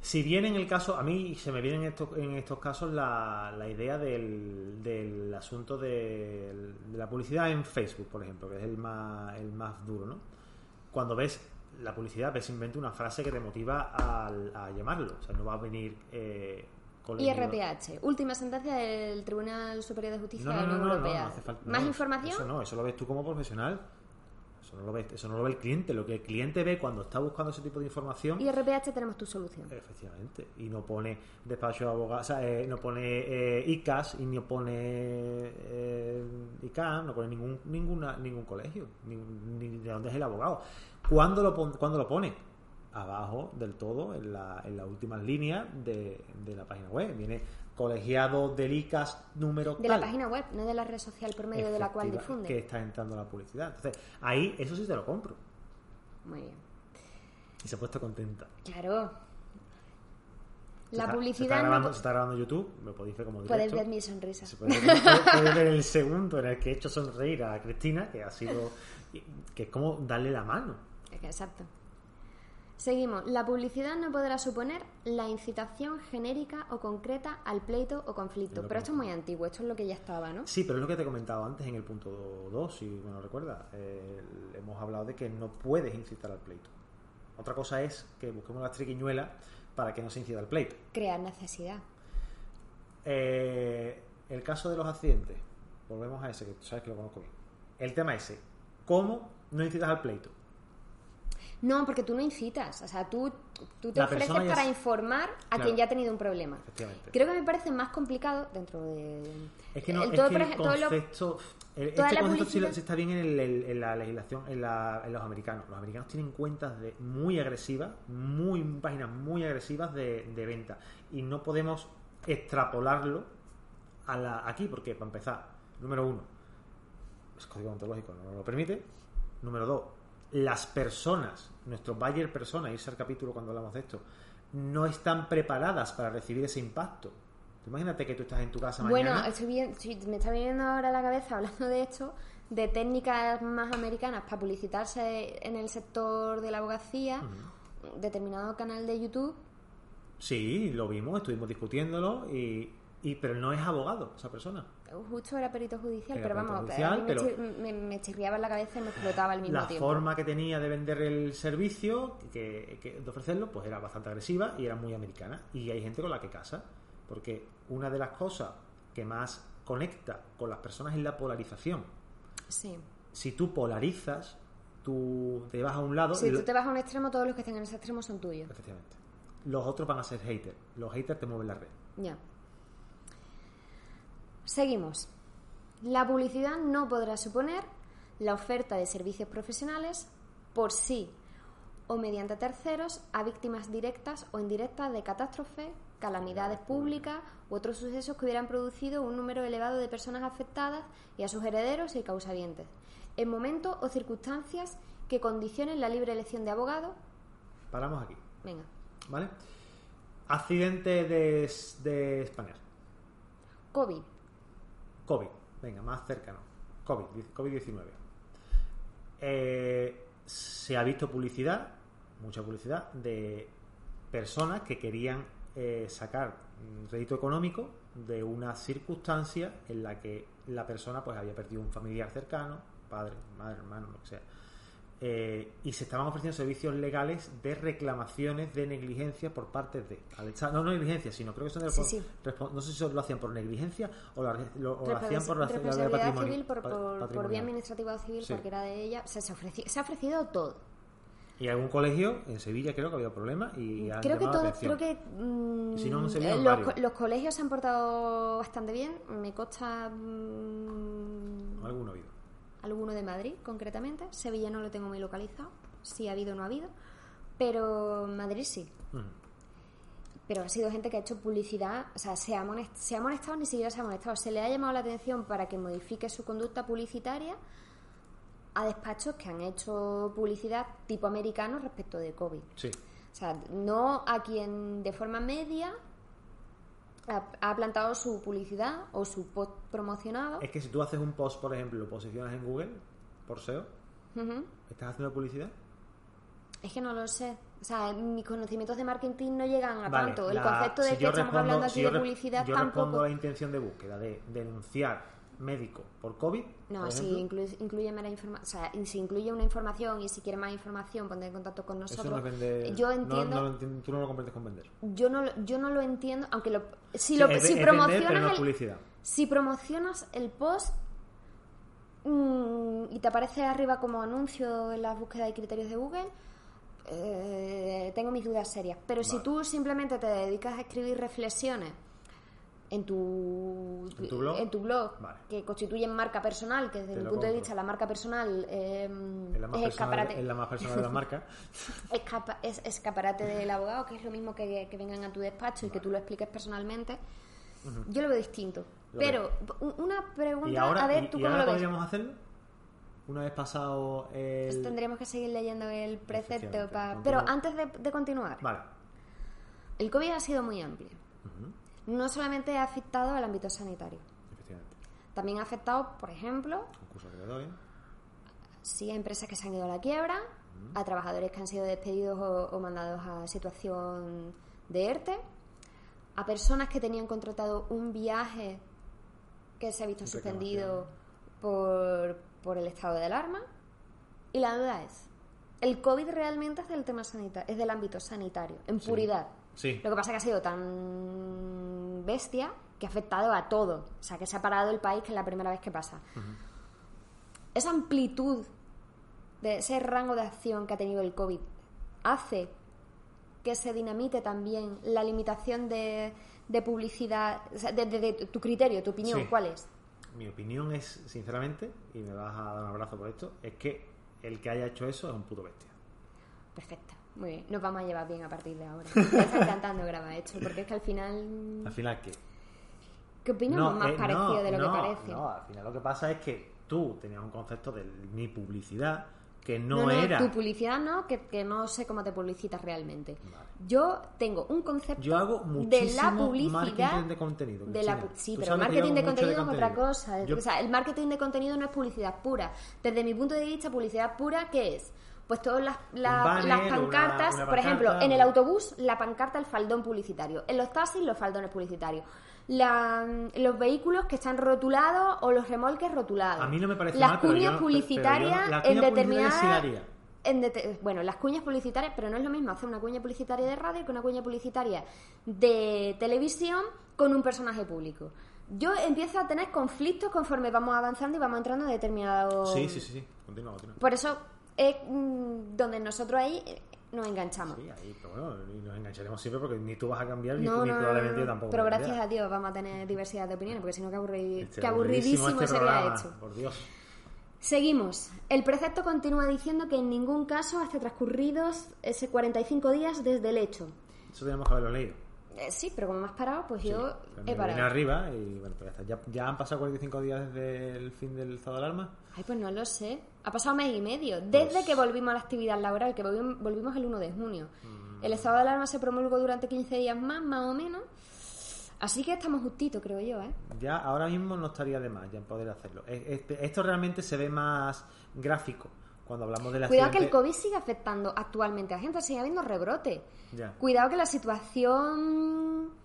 Speaker 1: Si bien en el caso, a mí se me viene en estos, en estos casos la, la idea del, del asunto de, de la publicidad en Facebook, por ejemplo, que es el más, el más duro, ¿no? Cuando ves la publicidad, ves simplemente una frase que te motiva al- a, llamarlo. O sea, no va a venir eh, con el-
Speaker 2: IRTH, última sentencia del Tribunal Superior de Justicia
Speaker 1: No, no,
Speaker 2: de la
Speaker 1: no,
Speaker 2: Unión
Speaker 1: no, no,
Speaker 2: Europea.
Speaker 1: no hace falta-
Speaker 2: ¿Más
Speaker 1: no,
Speaker 2: información?
Speaker 1: Eso no, eso lo ves tú como profesional. Eso no, lo ves, eso no lo ve el cliente. Lo que el cliente ve cuando está buscando ese tipo de información
Speaker 2: IRPH tenemos tu solución.
Speaker 1: Eh, Efectivamente. Y no pone despacho de abogados, o sea, eh, no pone eh, ICAS y no pone eh, ICAM, no pone ningún, ninguna, ningún colegio, ni, ni de dónde es el abogado. ¿Cuándo lo, pon- cuándo lo pone? Abajo del todo, en la, en la última línea de, de la página web. Viene colegiado del ICAS número
Speaker 2: De la
Speaker 1: tal.
Speaker 2: página web, no de la red social por medio de la cual
Speaker 1: Efectiva-
Speaker 2: difunde.
Speaker 1: Que está entrando la publicidad. Entonces, ahí, eso sí te lo compro.
Speaker 2: Muy bien.
Speaker 1: Y se ha puesto contenta.
Speaker 2: Claro.
Speaker 1: Se
Speaker 2: La
Speaker 1: está- Se
Speaker 2: publicidad
Speaker 1: está,
Speaker 2: no
Speaker 1: grabando, se está grabando YouTube, me podéis ver como directo.
Speaker 2: Puedes ver mi sonrisa.
Speaker 1: Se puede ver, puede- puede ver el segundo en el que he hecho sonreír a Cristina, que ha sido. que es como darle la mano.
Speaker 2: Exacto. Seguimos. La publicidad no podrá suponer la incitación genérica o concreta al pleito o
Speaker 1: lo
Speaker 2: conflicto.
Speaker 1: que
Speaker 2: Pero esto es muy antiguo, esto es lo que ya estaba, ¿no?
Speaker 1: Sí, pero es lo que te he comentado antes en el punto 2, si me lo recuerdas. Eh, hemos hablado de que no puedes incitar al pleito. Otra cosa es que busquemos las triquiñuelas para que no se incida al pleito.
Speaker 2: Crear necesidad.
Speaker 1: Eh, el caso de los accidentes. Volvemos a ese, que tú sabes que lo conozco bien. El tema ese. ¿Cómo no incitas al pleito?
Speaker 2: No, porque tú no incitas. O sea, tú, tú te
Speaker 1: La
Speaker 2: ofreces
Speaker 1: persona ya
Speaker 2: para
Speaker 1: se-
Speaker 2: informar a
Speaker 1: Claro.
Speaker 2: quien ya ha tenido un problema.
Speaker 1: Efectivamente.
Speaker 2: Creo que me parece más complicado dentro de.
Speaker 1: Es que no,
Speaker 2: el
Speaker 1: es
Speaker 2: todo,
Speaker 1: que
Speaker 2: por
Speaker 1: el
Speaker 2: ej- todo lo-
Speaker 1: concepto. el-
Speaker 2: toda
Speaker 1: este
Speaker 2: la
Speaker 1: concepto sí,
Speaker 2: publicidad-
Speaker 1: lo- sí está bien en, el- el- en la legislación, en, la- en los americanos. Los americanos tienen cuentas de, muy agresivas, muy páginas muy agresivas de, de venta. Y no podemos extrapolarlo a la, aquí, porque para empezar, número uno, es código ontológico, no nos lo permite. Número dos, las personas, nuestro buyer persona, irse al capítulo cuando hablamos de esto, no están preparadas para recibir ese impacto. Tú Imagínate que tú estás en tu casa
Speaker 2: bueno,
Speaker 1: mañana.
Speaker 2: estoy bien, estoy- me está viniendo ahora a la cabeza hablando de esto, de técnicas más americanas para publicitarse en el sector de la abogacía, determinado canal de YouTube.
Speaker 1: Sí, lo vimos, estuvimos discutiéndolo, y, y- pero no es abogado esa persona.
Speaker 2: Justo era perito judicial,
Speaker 1: Era
Speaker 2: pero
Speaker 1: perito
Speaker 2: vamos,
Speaker 1: judicial,
Speaker 2: a mí
Speaker 1: pero-
Speaker 2: me, chir- me- me chirriaba en la cabeza y me explotaba al mismo
Speaker 1: La
Speaker 2: tiempo.
Speaker 1: forma que tenía de vender el servicio, que, que- de ofrecerlo, pues era bastante agresiva y era muy americana. Y hay gente con la que casa, porque una de las cosas que más conecta con las personas es la polarización.
Speaker 2: Sí.
Speaker 1: Si tú polarizas, tú te vas a un lado...
Speaker 2: Si
Speaker 1: lo-
Speaker 2: tú te vas a un extremo, todos los que estén en ese extremo son tuyos.
Speaker 1: Efectivamente. Los otros van a ser haters. Los haters te mueven la red.
Speaker 2: Ya. Seguimos. La publicidad no podrá suponer la oferta de servicios profesionales por sí o mediante terceros a víctimas directas o indirectas de catástrofes, calamidades públicas u otros sucesos que hubieran producido un número elevado de personas afectadas y a sus herederos y causadientes, en momentos o circunstancias que condicionen la libre elección de abogado.
Speaker 1: Paramos aquí.
Speaker 2: Venga.
Speaker 1: ¿Vale? Accidente de, de Spanier.
Speaker 2: COVID.
Speaker 1: COVID. Venga, más cercano. COVID. dice- COVID-19. Eh, se ha visto publicidad, mucha publicidad, de personas que querían eh, sacar un rédito económico de una circunstancia en la que la persona pues había perdido un familiar cercano, padre, madre, hermano, lo que sea. Eh, y se estaban ofreciendo servicios legales de reclamaciones de negligencia por parte de. al Estado. No, no negligencia, sino creo que son de.
Speaker 2: Sí, sí.
Speaker 1: respon- No sé si lo hacían por negligencia o lo, lo- o lo hacían por la la
Speaker 2: Respons-
Speaker 1: de
Speaker 2: responsabilidad
Speaker 1: patrimonio.
Speaker 2: civil
Speaker 1: pa-
Speaker 2: por, por, por
Speaker 1: patrimonial.
Speaker 2: vía administrativa o civil,
Speaker 1: Sí.
Speaker 2: cualquiera de ellas. O sea, se, ofreci- se ha ofrecido todo.
Speaker 1: Y algún colegio en Sevilla creo que había problemas y han
Speaker 2: Mm, Creo que,
Speaker 1: llamado la
Speaker 2: todo,
Speaker 1: atención.
Speaker 2: creo que mm,
Speaker 1: Y si no, en Sevilla,
Speaker 2: eh,
Speaker 1: en
Speaker 2: los,
Speaker 1: varios.
Speaker 2: co- los colegios se han portado bastante bien. Me consta mm,
Speaker 1: Alguno ha habido.
Speaker 2: alguno de Madrid, concretamente. Sevilla no lo tengo muy localizado, si ha habido o no ha habido. Pero Madrid sí.
Speaker 1: Mm.
Speaker 2: Pero ha sido gente que ha hecho publicidad, o sea, se ha, amonest- se ha amonestado, ni siquiera se ha amonestado. Se le ha llamado la atención para que modifique su conducta publicitaria a despachos que han hecho publicidad tipo americano respecto de COVID.
Speaker 1: Sí.
Speaker 2: O sea, no a quien de forma media ha, ha plantado su publicidad o su post promocionado.
Speaker 1: Es que si tú haces un post, por ejemplo, lo posicionas en Google, por SEO,
Speaker 2: Ujú.
Speaker 1: ¿estás haciendo publicidad?
Speaker 2: Es que no lo sé. O sea, mis conocimientos de marketing no llegan a
Speaker 1: Vale,
Speaker 2: Ah, tanto. El
Speaker 1: la-
Speaker 2: concepto de
Speaker 1: si
Speaker 2: que
Speaker 1: yo
Speaker 2: estamos
Speaker 1: respondo-
Speaker 2: hablando aquí
Speaker 1: si yo
Speaker 2: de
Speaker 1: re-
Speaker 2: publicidad
Speaker 1: yo respondo
Speaker 2: tampoco.
Speaker 1: a la intención de búsqueda de denunciar médico por COVID.
Speaker 2: No,
Speaker 1: por
Speaker 2: si
Speaker 1: ejemplo,
Speaker 2: incluye, incluye mera informa- o sea, y si incluye una información y si quiere más información, ponte en contacto con
Speaker 1: Eso no
Speaker 2: nosotros.
Speaker 1: es vender.
Speaker 2: yo
Speaker 1: no-
Speaker 2: entiendo,
Speaker 1: no lo enti- tú no lo comprendes con vender.
Speaker 2: yo no, lo- yo no lo entiendo, aunque lo, si
Speaker 1: Sí,
Speaker 2: lo,
Speaker 1: es ve-
Speaker 2: si
Speaker 1: es vender,
Speaker 2: promocionas
Speaker 1: pero no es
Speaker 2: el,
Speaker 1: publicidad.
Speaker 2: si promocionas el post mm, y te aparece arriba como anuncio en las búsquedas y criterios de Google, eh, tengo mis dudas serias. Pero si
Speaker 1: Vale.
Speaker 2: tú simplemente te dedicas a escribir reflexiones en tu,
Speaker 1: ¿En tu blog?
Speaker 2: blog,
Speaker 1: Vale.
Speaker 2: que constituyen marca personal, que desde
Speaker 1: Te
Speaker 2: mi
Speaker 1: lo
Speaker 2: punto de
Speaker 1: compro.
Speaker 2: vista la marca personal eh,
Speaker 1: Es la más,
Speaker 2: es
Speaker 1: personal,
Speaker 2: escaparate
Speaker 1: es la más personal de la
Speaker 2: <laughs>
Speaker 1: marca.
Speaker 2: escapa- es escaparate del abogado, que es lo mismo que, que vengan a tu despacho y que tú lo expliques personalmente. Yo lo veo distinto.
Speaker 1: Lo
Speaker 2: Pero u- una pregunta,
Speaker 1: Y ahora,
Speaker 2: a ver,
Speaker 1: y-
Speaker 2: ¿tú
Speaker 1: y
Speaker 2: cómo
Speaker 1: ahora
Speaker 2: lo ves?
Speaker 1: podríamos hacerlo. Una vez pasado el.
Speaker 2: Entonces tendríamos que seguir leyendo el precepto.
Speaker 1: Efectivamente,
Speaker 2: pa-
Speaker 1: no
Speaker 2: Pero
Speaker 1: tengo-
Speaker 2: antes de, de continuar,
Speaker 1: Vale.
Speaker 2: el COVID ha sido muy amplio. No solamente ha afectado al ámbito sanitario,
Speaker 1: Efectivamente.
Speaker 2: también ha afectado, por ejemplo,
Speaker 1: Concurso creadores.
Speaker 2: sí a empresas que se han ido a la quiebra, a trabajadores que han sido despedidos o, o mandados a situación de ERTE, a personas que tenían contratado un viaje que se ha visto suspendido por, por el estado de alarma. Y la duda es, ¿el COVID realmente es del tema sanitario, es del ámbito sanitario, en puridad?
Speaker 1: Sí.
Speaker 2: Lo que pasa es que ha sido tan bestia que ha afectado a todo. O sea, que se ha parado el país, que es la primera vez que pasa. Esa amplitud de ese rango de acción que ha tenido el COVID hace que se dinamite también la limitación de, de publicidad, o sea, de, de- de tu criterio, tu opinión,
Speaker 1: Sí.
Speaker 2: ¿cuál es?
Speaker 1: Mi opinión es, sinceramente, y me vas a dar un abrazo por esto, es que el que haya hecho eso es un puto bestia.
Speaker 2: Perfecto, muy bien, nos vamos a llevar bien a partir de ahora. Me está encantando grabar esto, porque es que al final...
Speaker 1: Al final, ¿qué?
Speaker 2: ¿Qué opinamos más
Speaker 1: eh,
Speaker 2: parecido de lo
Speaker 1: no,
Speaker 2: que parece?
Speaker 1: No, al final lo que pasa es que tú tenías un concepto de mi publicidad que no, era.
Speaker 2: Tu publicidad no, que, que no sé cómo te publicitas realmente. Yo tengo un concepto
Speaker 1: Yo hago
Speaker 2: de la
Speaker 1: muchísimo
Speaker 2: publicidad.
Speaker 1: marketing de contenido,
Speaker 2: de la,
Speaker 1: Cristina.
Speaker 2: pu- sí,
Speaker 1: Tú
Speaker 2: pero el
Speaker 1: sabes que yo
Speaker 2: marketing
Speaker 1: hago
Speaker 2: de
Speaker 1: mucho
Speaker 2: contenido
Speaker 1: de
Speaker 2: es otra
Speaker 1: contenido.
Speaker 2: cosa.
Speaker 1: Yo-
Speaker 2: O sea, el marketing de contenido no es publicidad pura. Desde mi punto de vista, publicidad pura, ¿qué es? Pues todas las, la-
Speaker 1: Un banner,
Speaker 2: las
Speaker 1: una-
Speaker 2: pancartas,
Speaker 1: una
Speaker 2: por ejemplo,
Speaker 1: pancarta,
Speaker 2: en el
Speaker 1: o-
Speaker 2: autobús, la pancarta, el faldón publicitario. En los taxis, los faldones publicitarios. La- los vehículos que están rotulados o los remolques rotulados.
Speaker 1: A mí no me parece
Speaker 2: Las
Speaker 1: mal, pero yo
Speaker 2: cuñas
Speaker 1: no- pero- pero yo no-
Speaker 2: publicitarias
Speaker 1: las cuñas
Speaker 2: en
Speaker 1: publicitarias
Speaker 2: determinadas...
Speaker 1: sí la haría.
Speaker 2: en dete- bueno, las cuñas publicitarias, pero no es lo mismo hacer una cuña publicitaria de radio que una cuña publicitaria de televisión con un personaje público. Yo empiezo a tener conflictos conforme vamos avanzando y vamos entrando en determinado...
Speaker 1: Sí, sí, sí, sí. Continúa, continúa.
Speaker 2: Por eso es mm, donde nosotros ahí eh, nos enganchamos.
Speaker 1: Sí, ahí, pero bueno, y nos engancharemos siempre porque ni tú vas a cambiar ni,
Speaker 2: No,
Speaker 1: ni
Speaker 2: no, no,
Speaker 1: probablemente
Speaker 2: no,
Speaker 1: yo
Speaker 2: no.
Speaker 1: tampoco.
Speaker 2: pero
Speaker 1: voy a
Speaker 2: gracias
Speaker 1: cambiar.
Speaker 2: a Dios vamos a tener diversidad de opiniones, porque si no, qué, aburri-
Speaker 1: Este,
Speaker 2: qué aburridísimo,
Speaker 1: este
Speaker 2: sería
Speaker 1: programa,
Speaker 2: hecho.
Speaker 1: Por Dios.
Speaker 2: Seguimos. El precepto continúa diciendo que en ningún caso hasta transcurridos ese 45 días desde el hecho.
Speaker 1: Eso tenemos que haberlo leído.
Speaker 2: Eh, sí, pero como me has parado, pues
Speaker 1: Sí,
Speaker 2: yo
Speaker 1: pero me
Speaker 2: he
Speaker 1: vine
Speaker 2: parado.
Speaker 1: arriba y bueno, pues ya está. Ya, ya han pasado 45 días desde el fin del estado de alarma.
Speaker 2: Ay, pues no lo sé. Ha pasado mes y medio. Desde
Speaker 1: Pues
Speaker 2: que volvimos a la actividad laboral, que volvim- volvimos el 1 de junio.
Speaker 1: Mm.
Speaker 2: El estado de alarma se promulgó durante 15 días más, más o menos. Así que estamos justito, creo yo, ¿eh?
Speaker 1: Ya ahora mismo no estaría de más ya poder hacerlo. Es- este- esto realmente se ve más gráfico cuando hablamos de la
Speaker 2: Cuidado que el COVID sigue afectando actualmente a gente, sigue habiendo rebrote.
Speaker 1: Ya.
Speaker 2: Cuidado que la situación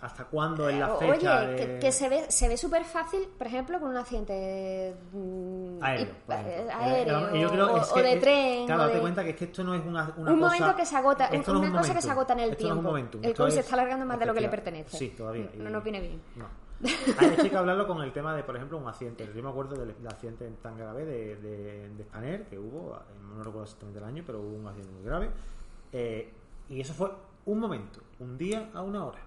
Speaker 1: ¿Hasta cuándo es la
Speaker 2: O-
Speaker 1: fecha?
Speaker 2: Eh, Oye,
Speaker 1: de-
Speaker 2: que, que se ve se ve súper fácil, por ejemplo, con un accidente mm,
Speaker 1: aéreo.
Speaker 2: y-
Speaker 1: por ejemplo.
Speaker 2: eh, aéreo,
Speaker 1: Eh, yo creo
Speaker 2: o,
Speaker 1: que es
Speaker 2: o
Speaker 1: que-
Speaker 2: de
Speaker 1: es-
Speaker 2: tren.
Speaker 1: Claro,
Speaker 2: o
Speaker 1: date
Speaker 2: de-
Speaker 1: cuenta que es que esto no es una, una
Speaker 2: Un
Speaker 1: cosa-
Speaker 2: momento que se agota,
Speaker 1: esto
Speaker 2: un-
Speaker 1: no es
Speaker 2: una
Speaker 1: un
Speaker 2: cosa que se
Speaker 1: momento.
Speaker 2: agota en el
Speaker 1: Esto no es un
Speaker 2: tiempo.
Speaker 1: momento.
Speaker 2: el
Speaker 1: Esto
Speaker 2: COVID se
Speaker 1: es-
Speaker 2: está alargando más de lo que le
Speaker 1: efectiva-
Speaker 2: pertenece.
Speaker 1: Sí, todavía.
Speaker 2: No,
Speaker 1: Y-
Speaker 2: no viene bien. <laughs>
Speaker 1: No. Hay que hablarlo con el tema de, por ejemplo, un accidente. Yo me acuerdo del, del accidente tan grave de, de, de Spanair que hubo, eh, no recuerdo exactamente el año, pero hubo un accidente muy grave. Eh, y eso fue un momento, un día a una hora.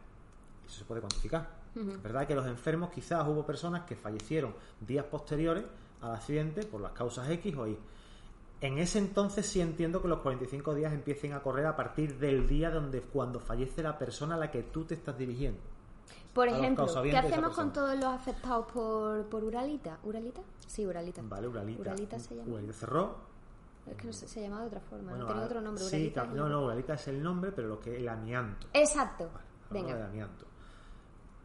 Speaker 1: Eso se puede cuantificar. Es verdad que los enfermos quizás hubo personas que fallecieron días posteriores al accidente por las causas X o Y. En ese entonces sí entiendo que los 45 días empiecen a correr a partir del día donde cuando fallece la persona a la que tú te estás dirigiendo.
Speaker 2: Por
Speaker 1: a los
Speaker 2: ejemplo, ¿qué
Speaker 1: causavientes de esa
Speaker 2: hacemos con
Speaker 1: persona.
Speaker 2: todos los afectados por, por Uralita? ¿Uralita? Sí, Uralita.
Speaker 1: Vale, Uralita.
Speaker 2: Uralita se llama.
Speaker 1: Uralita cerró.
Speaker 2: Es que no sé, se llamaba de otra forma,
Speaker 1: Bueno,
Speaker 2: no tenía
Speaker 1: ah,
Speaker 2: otro nombre.
Speaker 1: sí,
Speaker 2: Uralita.
Speaker 1: ca-
Speaker 2: es
Speaker 1: no,
Speaker 2: el-
Speaker 1: no, Uralita es el nombre, pero lo que el amianto.
Speaker 2: Exacto.
Speaker 1: Hablamos
Speaker 2: Venga.
Speaker 1: del amianto.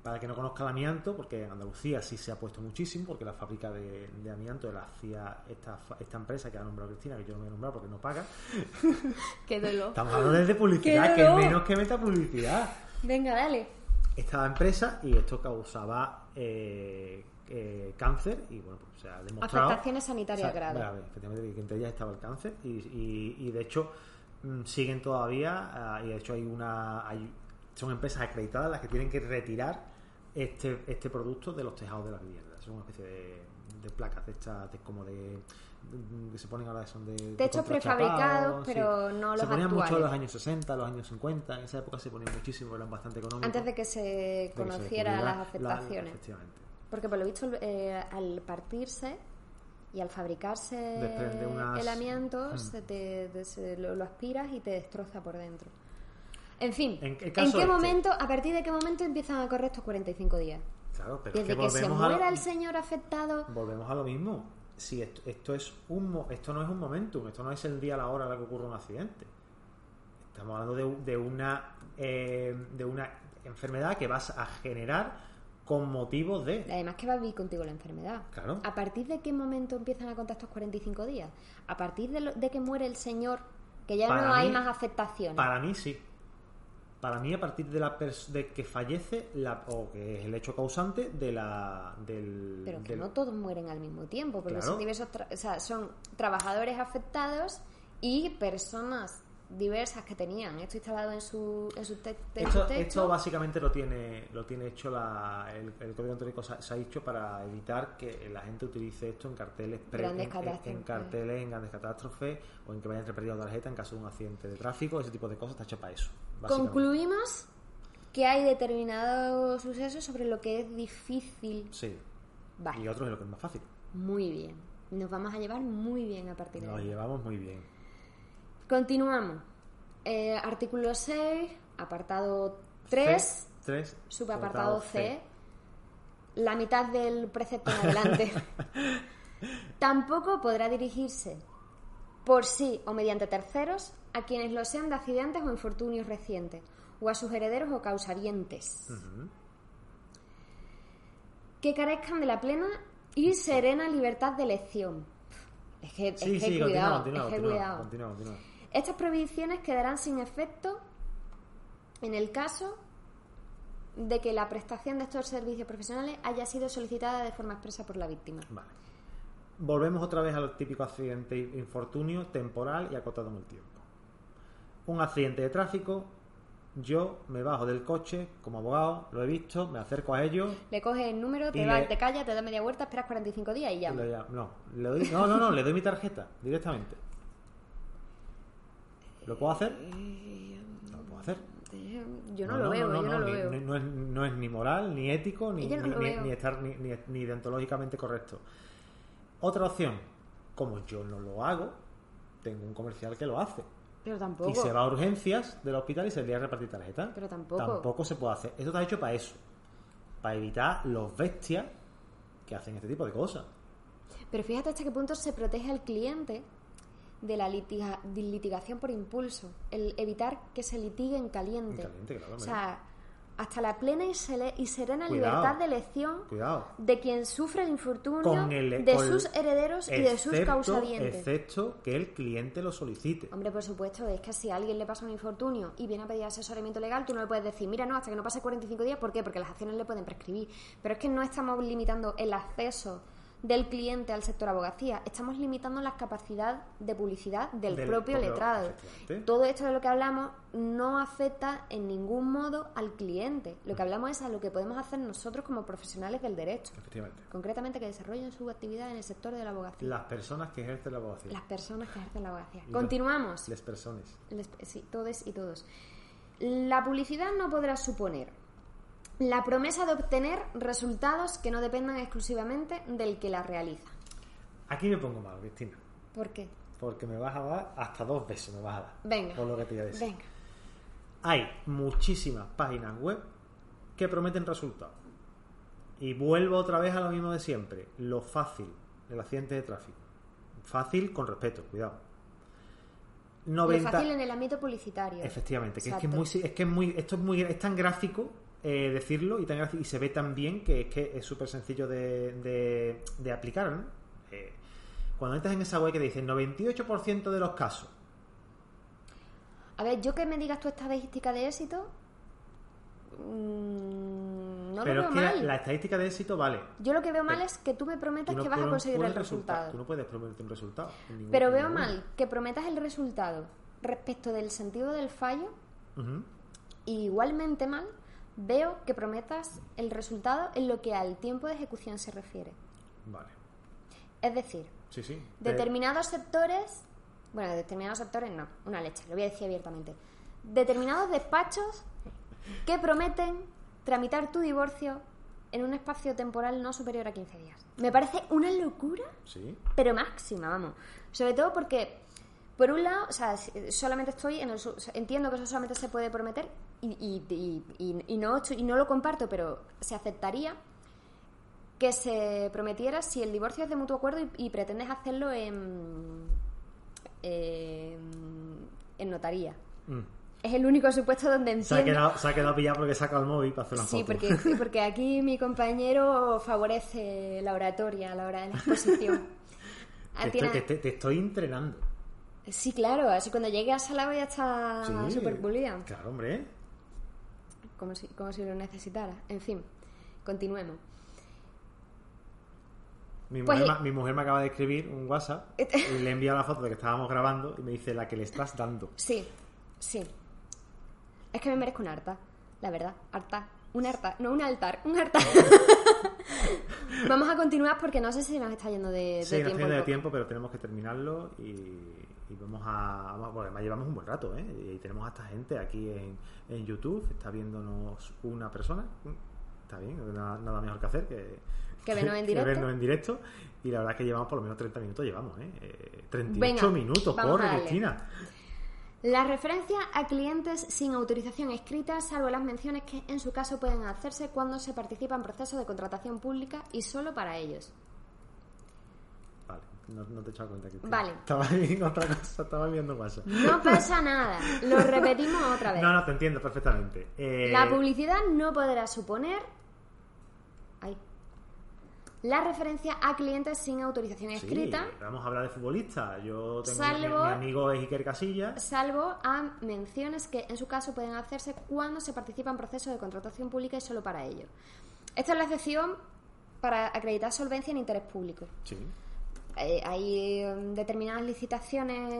Speaker 1: Para el que no conozca el amianto, porque en Andalucía sí se ha puesto muchísimo, porque la fábrica de, de amianto la hacía esta, fa- esta empresa que ha nombrado Cristina, que yo no voy a nombrar porque no paga.
Speaker 2: Qué dolor.
Speaker 1: Estamos hablando desde
Speaker 2: <laughs>
Speaker 1: publicidad, que
Speaker 2: dolor!
Speaker 1: menos que meta publicidad.
Speaker 2: Venga, dale.
Speaker 1: Estaba empresa y esto causaba eh, eh, cáncer y bueno, pues se ha demostrado.
Speaker 2: Afectaciones sanitarias
Speaker 1: O sea,
Speaker 2: graves.
Speaker 1: grave, efectivamente, que entre ellas estaba el cáncer y, y- y de hecho mm, siguen todavía ah, y de hecho hay una hay- son empresas acreditadas las que tienen que retirar este este producto de los tejados de las viviendas son una especie de, de placas de estas de como de mm, que se ponen ahora son de de
Speaker 2: Techos
Speaker 1: contrachapados,
Speaker 2: prefabricados, pero no los
Speaker 1: se ponían mucho
Speaker 2: actuales.
Speaker 1: en los años 60 los años 50 en esa época se ponían muchísimo eran bastante económicos
Speaker 2: Antes de que se
Speaker 1: de que se
Speaker 2: conociera
Speaker 1: descubriera
Speaker 2: las
Speaker 1: la-
Speaker 2: afectaciones.
Speaker 1: efectivamente
Speaker 2: Porque por lo visto eh, al partirse y al fabricarse
Speaker 1: Desprende unas- Hmm.
Speaker 2: el amianto, se te, te- se- lo, lo aspiras y te destroza por dentro. En fin,
Speaker 1: En- en
Speaker 2: qué
Speaker 1: caso este.
Speaker 2: momento, a partir de qué momento empiezan a correr estos 45 días?
Speaker 1: claro pero es
Speaker 2: Desde
Speaker 1: que
Speaker 2: que se
Speaker 1: volvemos a la-
Speaker 2: muera el señor afectado,
Speaker 1: Volvemos a lo mismo. Si esto, esto es un mo- esto no es un momentum, esto no es el día a la hora a la que ocurre un accidente. Estamos hablando de, u- de una eh, de una enfermedad que vas a generar con motivo de.
Speaker 2: además que va a vivir contigo la enfermedad.
Speaker 1: Claro.
Speaker 2: ¿A partir de qué momento empiezan a contar estos 45 días? A partir de, lo- de que muere el señor, que ya
Speaker 1: Para
Speaker 2: no hay
Speaker 1: mí-
Speaker 2: más afectaciones.
Speaker 1: Para mí sí. Para mí a partir de la pers- de que fallece la, o que es el hecho causante de la del,
Speaker 2: Pero que
Speaker 1: del-
Speaker 2: no todos mueren al mismo tiempo, porque
Speaker 1: Claro.
Speaker 2: son diversos, tra- o sea, son trabajadores afectados y personas diversas que tenían esto instalado en su, en su, te- en su
Speaker 1: Esto,
Speaker 2: techo.
Speaker 1: esto básicamente lo tiene lo tiene hecho la, el, el código antónico se, ha- se ha hecho para evitar que la gente utilice esto en carteles pre-
Speaker 2: Grandes
Speaker 1: en- en, en
Speaker 2: catástrofes.
Speaker 1: carteles en grandes catástrofes o en que vayan repetiendo tarjeta en caso de un accidente de tráfico ese tipo de cosas está hecho para eso básicamente.
Speaker 2: Concluimos que hay determinados sucesos sobre lo que es difícil.
Speaker 1: sí
Speaker 2: Vale,
Speaker 1: y otro es lo que es más fácil
Speaker 2: muy bien. Nos vamos a llevar muy bien a partir de
Speaker 1: nos
Speaker 2: ahí.
Speaker 1: llevamos muy bien
Speaker 2: Continuamos. Eh, artículo 6, apartado 3.
Speaker 1: C, tres
Speaker 2: subapartado C, la mitad
Speaker 1: <laughs>
Speaker 2: del precepto en adelante. Tampoco podrá dirigirse por sí o mediante terceros a quienes lo sean de accidentes o infortunios recientes, o a sus herederos o causarientes, que carezcan de la plena y serena libertad de elección. Es que, es
Speaker 1: Sí,
Speaker 2: que
Speaker 1: sí,
Speaker 2: cuidado,
Speaker 1: continúa, continúa,
Speaker 2: es que
Speaker 1: continúa,
Speaker 2: cuidado.
Speaker 1: continúa, continúa.
Speaker 2: Estas prohibiciones quedarán sin efecto en el caso de que la prestación de estos servicios profesionales haya sido solicitada de forma expresa por la víctima.
Speaker 1: Vale. Volvemos otra vez al típico accidente infortunio, temporal y acotado en el tiempo. Un accidente de tráfico, yo me bajo del coche como abogado, lo he visto, me acerco a ellos.
Speaker 2: Le coges el número,
Speaker 1: Y
Speaker 2: te, va,
Speaker 1: le-
Speaker 2: te callas, te da media vuelta, esperas 45 días y ya.
Speaker 1: y le doy a- no, le doy- no, no, no, le doy mi tarjeta directamente. ¿Lo puedo hacer? No lo puedo hacer.
Speaker 2: Yo no, lo veo, ¿eh? yo no, lo
Speaker 1: ni-
Speaker 2: veo.
Speaker 1: ni- no es, no es ni moral, ni ético, ni,
Speaker 2: Yo no
Speaker 1: ni-
Speaker 2: lo
Speaker 1: ni-
Speaker 2: veo.
Speaker 1: ni estar ni, ni- ni deontológicamente correcto. Otra opción, como yo no lo hago, tengo un comercial que lo hace.
Speaker 2: Pero tampoco.
Speaker 1: Y se va a urgencias del hospital y se le va a repartir tarjeta.
Speaker 2: Pero tampoco.
Speaker 1: Tampoco se puede hacer. Esto está hecho para eso. Para evitar los bestias que hacen este tipo de cosas.
Speaker 2: Pero fíjate hasta qué punto se protege al cliente de la litiga- de litigación por impulso, el evitar que se litigue en caliente.
Speaker 1: En caliente, claro,
Speaker 2: o sea, hasta la plena y, sele- y serena
Speaker 1: Cuidado.
Speaker 2: libertad de elección
Speaker 1: Cuidado.
Speaker 2: de quien sufre el infortunio,
Speaker 1: Con el-
Speaker 2: de
Speaker 1: con-
Speaker 2: sus herederos y de sus
Speaker 1: excepto-
Speaker 2: causadientes.
Speaker 1: Excepto que el cliente lo solicite.
Speaker 2: Hombre, por supuesto, es que si a alguien le pasa un infortunio y viene a pedir asesoramiento legal, tú no le puedes decir, mira, no, hasta que no pase 45 días, ¿por qué? Porque las acciones le pueden prescribir. Pero es que no estamos limitando el acceso del cliente al sector abogacía, estamos limitando la capacidad de publicidad del,
Speaker 1: Del
Speaker 2: propio
Speaker 1: propio-
Speaker 2: letrado.
Speaker 1: efectivamente.
Speaker 2: Todo esto de lo que hablamos no afecta en ningún modo al cliente. Lo que hablamos es a lo que podemos hacer nosotros como profesionales del derecho,
Speaker 1: Efectivamente.
Speaker 2: concretamente que desarrollen su actividad en el sector de la abogacía.
Speaker 1: Las personas que ejercen la abogacía.
Speaker 2: Las personas que ejercen la abogacía.
Speaker 1: Y los-
Speaker 2: Continuamos.
Speaker 1: Las personas.
Speaker 2: Les- sí, todes y todos. La publicidad no podrá suponer la promesa de obtener resultados que no dependan exclusivamente del que la realiza.
Speaker 1: Aquí me pongo mal, Cristina.
Speaker 2: ¿Por qué?
Speaker 1: Porque me vas a dar hasta dos veces, me vas a dar.
Speaker 2: Venga.
Speaker 1: Por lo que te voy a decir.
Speaker 2: Venga.
Speaker 1: Hay muchísimas páginas web que prometen resultados. Y vuelvo otra vez a lo mismo de siempre. Lo fácil del accidente de tráfico. Fácil con respeto, cuidado.
Speaker 2: Lo
Speaker 1: 90...
Speaker 2: fácil en el ámbito publicitario.
Speaker 1: Efectivamente, que es que es
Speaker 2: Exacto.
Speaker 1: muy, es que es muy, esto es muy, es tan gráfico eh, decirlo y tan gráfico, y se ve tan bien que es que es súper sencillo de, de, de aplicar, ¿no? Eh, cuando entras en esa web que te dicen 98% de los casos,
Speaker 2: A ver, yo que me digas tu estadística de éxito. mm, no
Speaker 1: pero
Speaker 2: lo
Speaker 1: es
Speaker 2: veo
Speaker 1: que la,
Speaker 2: mal.
Speaker 1: la estadística de éxito vale.
Speaker 2: Yo lo que veo mal
Speaker 1: Pero-
Speaker 2: es que tú me
Speaker 1: Tú
Speaker 2: prometas
Speaker 1: no
Speaker 2: que vas a
Speaker 1: puedes-
Speaker 2: conseguir
Speaker 1: puedes
Speaker 2: el resultado.
Speaker 1: Tú no puedes prometerte un resultado. en ningún-
Speaker 2: Pero
Speaker 1: en
Speaker 2: veo
Speaker 1: ningún-
Speaker 2: mal que prometas el resultado respecto del sentido del fallo
Speaker 1: Ujú.
Speaker 2: Y igualmente mal, veo que prometas el resultado en lo que al tiempo de ejecución se refiere.
Speaker 1: Vale,
Speaker 2: Es decir,
Speaker 1: sí, sí. Te-
Speaker 2: determinados sectores, bueno, determinados sectores no, una leche, lo voy a decir abiertamente. Determinados despachos que prometen tramitar tu divorcio en un espacio temporal no superior a 15 días. Me parece una locura
Speaker 1: Sí,
Speaker 2: pero máxima, vamos. Sobre todo porque, por un lado, o sea, si- solamente estoy en el su- o sea, entiendo que eso solamente se puede prometer y, y- y- y- y no, estoy- y no lo comparto, pero se aceptaría que se prometiera si el divorcio es de mutuo acuerdo y, y pretendes hacerlo en, en, en notaría.
Speaker 1: Mm.
Speaker 2: Es el único supuesto donde
Speaker 1: Se, ha
Speaker 2: entiendo.
Speaker 1: quedado, se ha quedado pillado porque saca el móvil para hacer una
Speaker 2: Sí
Speaker 1: foto. <laughs>
Speaker 2: porque, sí, porque aquí mi compañero favorece la oratoria a la hora de la
Speaker 1: <laughs>
Speaker 2: exposición. Ah,
Speaker 1: Te
Speaker 2: tiene-
Speaker 1: estoy- te- te- te estoy entrenando.
Speaker 2: Sí, claro, así cuando llegue a Salado ya está
Speaker 1: Sí,
Speaker 2: súper pulida.
Speaker 1: Claro, hombre.
Speaker 2: Como si, como si lo necesitara. En fin, continuemos.
Speaker 1: Mi,
Speaker 2: Pues-
Speaker 1: mujer, ma- mi mujer me acaba de escribir un WhatsApp y le he enviado la foto de que estábamos grabando y me dice la que le estás dando.
Speaker 2: Sí, sí. Es que me merezco una harta, la verdad. Harta. Un harta. No, un altar. Un
Speaker 1: <laughs>
Speaker 2: harta. Vamos a continuar porque no sé si nos está yendo de, de
Speaker 1: Sí, no
Speaker 2: tiempo.
Speaker 1: tiene
Speaker 2: el
Speaker 1: de
Speaker 2: podcast.
Speaker 1: tiempo, pero tenemos que terminarlo y, y vamos a... vamos- bueno, además llevamos un buen rato, ¿eh? Y tenemos a esta gente aquí en, en YouTube, está viéndonos una persona. mm, Está bien, no hay nada, nada mejor que hacer <laughs> que...
Speaker 2: Que vernos en directo.
Speaker 1: vernos en directo. Y la verdad es que llevamos por lo menos 30 minutos, llevamos, ¿eh? Eh, 38
Speaker 2: Venga,
Speaker 1: minutos,
Speaker 2: vamos a
Speaker 1: corre,
Speaker 2: darle.
Speaker 1: Cristina.
Speaker 2: La referencia a clientes sin autorización escrita, salvo las menciones que en su caso pueden hacerse cuando se participa en procesos de contratación pública y solo para ellos.
Speaker 1: Vale, No, no te he echado cuenta que
Speaker 2: Vale.
Speaker 1: estaba en otra cosa, estaba viendo WhatsApp.
Speaker 2: No pasa nada, lo repetimos otra
Speaker 1: <laughs>
Speaker 2: vez.
Speaker 1: No, no, te entiendo perfectamente. Eh,
Speaker 2: La publicidad no podrá suponer ay, la referencia a clientes sin autorización
Speaker 1: sí,
Speaker 2: escrita,
Speaker 1: Vamos a hablar de futbolista. Yo tengo
Speaker 2: Salvo-
Speaker 1: mi, mi amigo es Iker Casillas.
Speaker 2: salvo a menciones que en su caso pueden hacerse cuando se participa en procesos de contratación pública y solo para ello. Esta es la excepción para acreditar solvencia en interés público.
Speaker 1: Sí.
Speaker 2: Eh, hay eh, determinadas licitaciones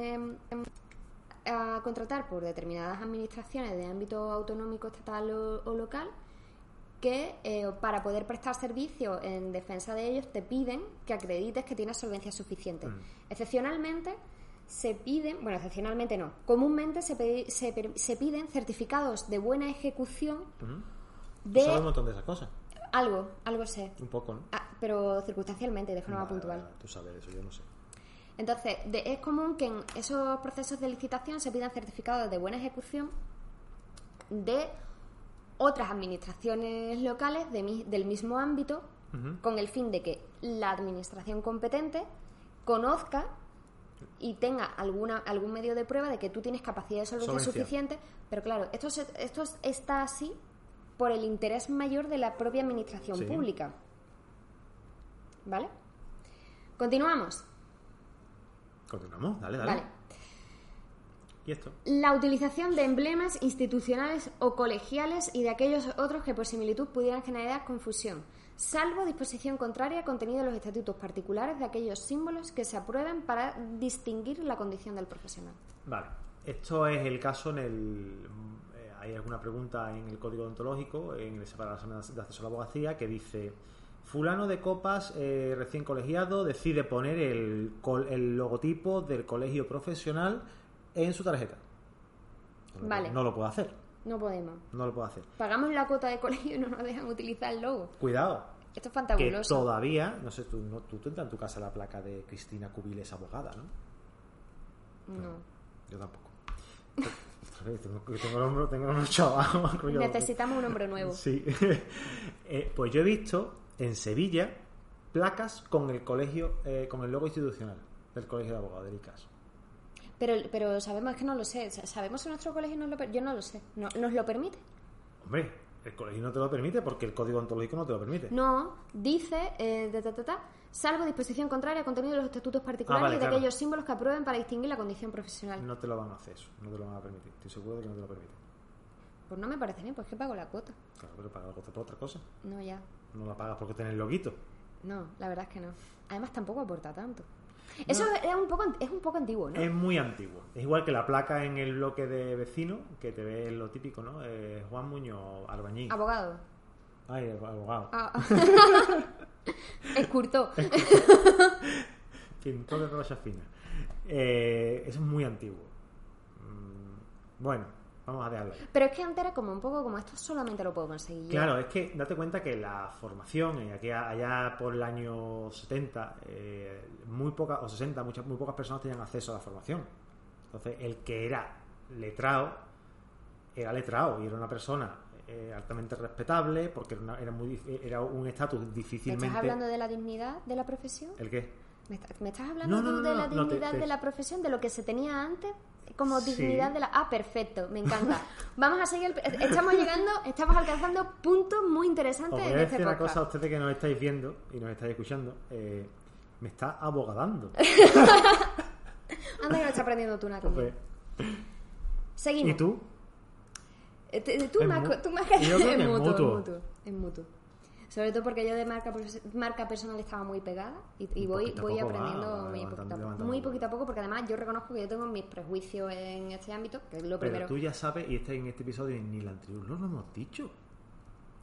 Speaker 2: eh, a contratar por determinadas administraciones de ámbito autonómico, estatal o, o local que eh, para poder prestar servicio en defensa de ellos te piden que acredites que tienes solvencia suficiente.
Speaker 1: Mm.
Speaker 2: Excepcionalmente se piden, bueno, excepcionalmente no, comúnmente se, pedi- se per- se piden certificados de buena ejecución de
Speaker 1: Sabe un montón de esas cosas.
Speaker 2: algo, algo sé,
Speaker 1: Un poco, ¿no?
Speaker 2: Ah, pero circunstancialmente, de forma
Speaker 1: Vale,
Speaker 2: puntual.
Speaker 1: vale, Tú sabes eso, yo no sé.
Speaker 2: Entonces, de- es común que en esos procesos de licitación se pidan certificados de buena ejecución de otras administraciones locales de mi- del mismo ámbito, con el fin de que la administración competente conozca y tenga alguna, algún medio de prueba de que tú tienes capacidad de solvencia
Speaker 1: Solvencia.
Speaker 2: suficiente. Pero claro, esto, se- esto está así por el interés mayor de la propia administración
Speaker 1: Sí.
Speaker 2: pública. ¿Vale? Continuamos.
Speaker 1: Continuamos, dale, dale.
Speaker 2: Vale.
Speaker 1: ¿Y esto?
Speaker 2: La utilización de emblemas institucionales o colegiales y de aquellos otros que por similitud pudieran generar confusión, salvo disposición contraria al contenido de los estatutos particulares de aquellos símbolos que se aprueben para distinguir la condición del profesional.
Speaker 1: Vale. Esto es el caso en el. eh, Hay alguna pregunta en el código odontológico, en el separado de acceso a la abogacía, que dice: Fulano de Copas, eh, recién colegiado, decide poner el, col- el logotipo del colegio profesional en su tarjeta. No lo-
Speaker 2: Vale.
Speaker 1: No lo puedo hacer.
Speaker 2: No podemos.
Speaker 1: No lo puedo hacer.
Speaker 2: Pagamos la cuota de colegio y no nos dejan utilizar el logo.
Speaker 1: Cuidado,
Speaker 2: Esto es
Speaker 1: que
Speaker 2: fantabuloso.
Speaker 1: todavía, no sé, tú, no, tú tendrás en tu casa la placa de Cristina Cubiles, abogada, ¿no?
Speaker 2: No.
Speaker 1: Yo tampoco. <laughs> tengo, tengo el hombro, tengo el hombro echado <laughs> abajo, coño.
Speaker 2: Necesitamos un hombre
Speaker 1: <laughs>
Speaker 2: nuevo.
Speaker 1: Sí. Eh, pues yo he visto en Sevilla placas con el colegio, eh, con el logo institucional del colegio de abogados del ICAS.
Speaker 2: Pero, pero sabemos es que no lo sé. Sa- Sabemos que nuestro colegio nos lo per- Yo no lo sé. No, ¿Nos lo permite?
Speaker 1: Hombre, el colegio no te lo permite porque el código ontológico no te lo permite.
Speaker 2: No, dice, eh, ta, ta, ta, ta, salvo disposición contraria al contenido de los estatutos particulares
Speaker 1: Ah, vale,
Speaker 2: y de
Speaker 1: claro.
Speaker 2: aquellos símbolos que aprueben para distinguir la condición profesional.
Speaker 1: No te lo van a hacer eso, no te lo van a permitir. Estoy seguro de que no te lo permiten.
Speaker 2: Pues no me parece bien, pues que pago la cuota.
Speaker 1: Claro, pero paga algo por otra cosa.
Speaker 2: No, ya.
Speaker 1: No la pagas porque tenés el loguito.
Speaker 2: No, la verdad es que no. Además tampoco aporta tanto. Eso es un poco, an- es un poco antiguo, ¿no?
Speaker 1: Es muy antiguo. Es igual que la placa en el bloque de vecino, que te ve lo típico, ¿no? Eh, Juan Muñoz Arbañín.
Speaker 2: Abogado.
Speaker 1: Ay, abogado. <laughs>
Speaker 2: Ah. Escurtó.
Speaker 1: Pintor de rosas finas. Eh, eso es muy antiguo. Mm, Bueno, vamos a dejarlo. ahí.
Speaker 2: Pero es que antes era como un poco como esto solamente lo puedo conseguir yo.
Speaker 1: Claro, es que date cuenta que la formación, eh, aquí a- allá por el año 70, eh, muy pocas, o 60, muchas, muy pocas personas tenían acceso a la formación. Entonces, el que era letrado, era letrado y era una persona eh, altamente respetable, porque era, una- era muy, dif- era un estatus
Speaker 2: ¿Me
Speaker 1: difícilmente...
Speaker 2: estás hablando de la dignidad de la profesión?
Speaker 1: ¿El qué?
Speaker 2: ¿Me, está- me estás hablando
Speaker 1: No, no,
Speaker 2: tú
Speaker 1: no,
Speaker 2: de
Speaker 1: no,
Speaker 2: la
Speaker 1: no, te-
Speaker 2: dignidad
Speaker 1: te-
Speaker 2: de la profesión, de lo que se tenía antes como
Speaker 1: Sí.
Speaker 2: dignidad de la... Ah, perfecto, me
Speaker 1: <laughs>
Speaker 2: encanta. Vamos a seguir... el- Estamos llegando, estamos alcanzando puntos muy interesantes
Speaker 1: Os Pues voy
Speaker 2: en
Speaker 1: a
Speaker 2: este
Speaker 1: decir una
Speaker 2: podcast.
Speaker 1: cosa a ustedes que nos estáis viendo y nos estáis escuchando. eh, me está
Speaker 2: <laughs>
Speaker 1: abogadando.
Speaker 2: Anda que lo estás aprendiendo tú una cosa.
Speaker 1: Entonces,
Speaker 2: Seguimos.
Speaker 1: pues, ¿Y tú?
Speaker 2: Eh, te- Tú
Speaker 1: Es
Speaker 2: me has
Speaker 1: mu-
Speaker 2: co- tú me has caído-
Speaker 1: yo creo que
Speaker 2: es
Speaker 1: es
Speaker 2: mutuo, es
Speaker 1: mutuo.
Speaker 2: mutuo, es mutuo. Sobre todo porque yo de marca, profes- marca personal estaba muy pegada y, y
Speaker 1: Un
Speaker 2: voy,
Speaker 1: poquito a
Speaker 2: voy
Speaker 1: poco
Speaker 2: aprendiendo
Speaker 1: va, va
Speaker 2: muy,
Speaker 1: levantando-
Speaker 2: poquito a poco,
Speaker 1: levantando
Speaker 2: muy
Speaker 1: un poco.
Speaker 2: poquito a poco porque además yo reconozco que yo tengo mis prejuicios en este ámbito, que es lo primero.
Speaker 1: Pero tú ya sabes, y está en este episodio y ni el anterior no lo hemos dicho.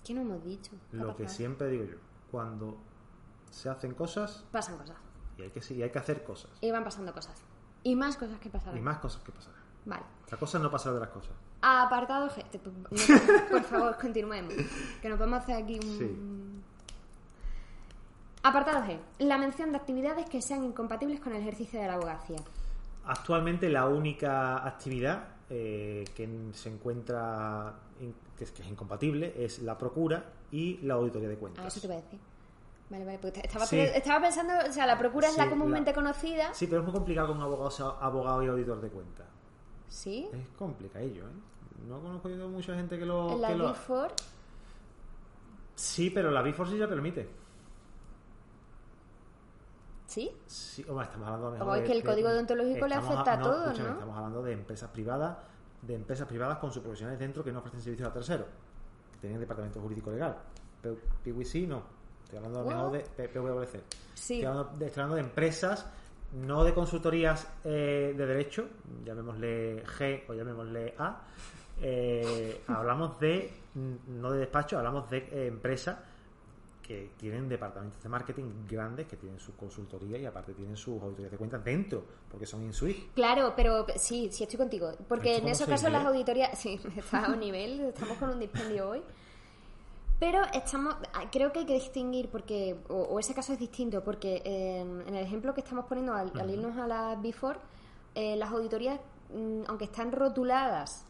Speaker 2: ¿Qué no hemos dicho? ¿Qué ha
Speaker 1: Lo que
Speaker 2: pasado?
Speaker 1: siempre digo yo. Cuando se hacen cosas
Speaker 2: Pasan cosas.
Speaker 1: y hay que, y hay que hacer cosas.
Speaker 2: Y van pasando cosas. Y más cosas que pasarán.
Speaker 1: Y más cosas que pasarán.
Speaker 2: Vale.
Speaker 1: Las cosas no pasan de las cosas.
Speaker 2: Apartado G. Te- no, Por favor, continuemos. Que nos vamos a hacer aquí un... Apartado G. La mención de actividades que sean incompatibles con el ejercicio de la abogacía.
Speaker 1: Actualmente la única actividad eh, que se encuentra in- que, es, que es incompatible es la procura y la auditoría de
Speaker 2: A
Speaker 1: cuentas.
Speaker 2: eso te Ah, voy a decir. Vale, vale, porque estaba,
Speaker 1: Sí.
Speaker 2: estaba pensando, o sea, la procura es
Speaker 1: Sí,
Speaker 2: la comúnmente
Speaker 1: la-
Speaker 2: conocida.
Speaker 1: Sí, pero es muy complicado con abogados, abogado y auditor de cuenta.
Speaker 2: Sí.
Speaker 1: Es complicadillo, ¿eh? No conozco yo mucha gente que lo.
Speaker 2: En la
Speaker 1: que lo-
Speaker 2: Big Four,
Speaker 1: Sí, pero la Big Four sí se permite.
Speaker 2: sí.
Speaker 1: Sí, hombre, estamos hablando a lo mejor
Speaker 2: Ojo, es
Speaker 1: de-
Speaker 2: que el
Speaker 1: de-
Speaker 2: código deontológico le
Speaker 1: estamos
Speaker 2: afecta a todo,
Speaker 1: escúchame,
Speaker 2: ¿no?
Speaker 1: Estamos hablando de empresas privadas, de empresas privadas con sus profesionales dentro que no ofrecen servicios a terceros, que tienen departamento jurídico legal. Pero PwC no. Estoy hablando a lo mejor
Speaker 2: Wow.
Speaker 1: de P- PwC.
Speaker 2: Sí.
Speaker 1: Estoy hablando de, estoy hablando de empresas, no de consultorías eh, de derecho, llamémosle G o llamémosle A. Eh, hablamos de, no de despacho, hablamos de eh, empresas que tienen departamentos de marketing grandes, que tienen sus consultorías y aparte tienen sus auditorías de cuentas dentro, porque son in Swiss.
Speaker 2: Claro, pero sí, sí estoy contigo. Porque
Speaker 1: Esto
Speaker 2: en
Speaker 1: como
Speaker 2: esos
Speaker 1: se
Speaker 2: casos las
Speaker 1: nivel.
Speaker 2: auditorías. <laughs> Sí, está a un nivel, estamos con un dispendio hoy. Pero estamos, ah, creo que hay que distinguir, porque o, o ese caso es distinto, porque eh, en el ejemplo que estamos poniendo al, al irnos a las Before, eh, las auditorías, mm, aunque están rotuladas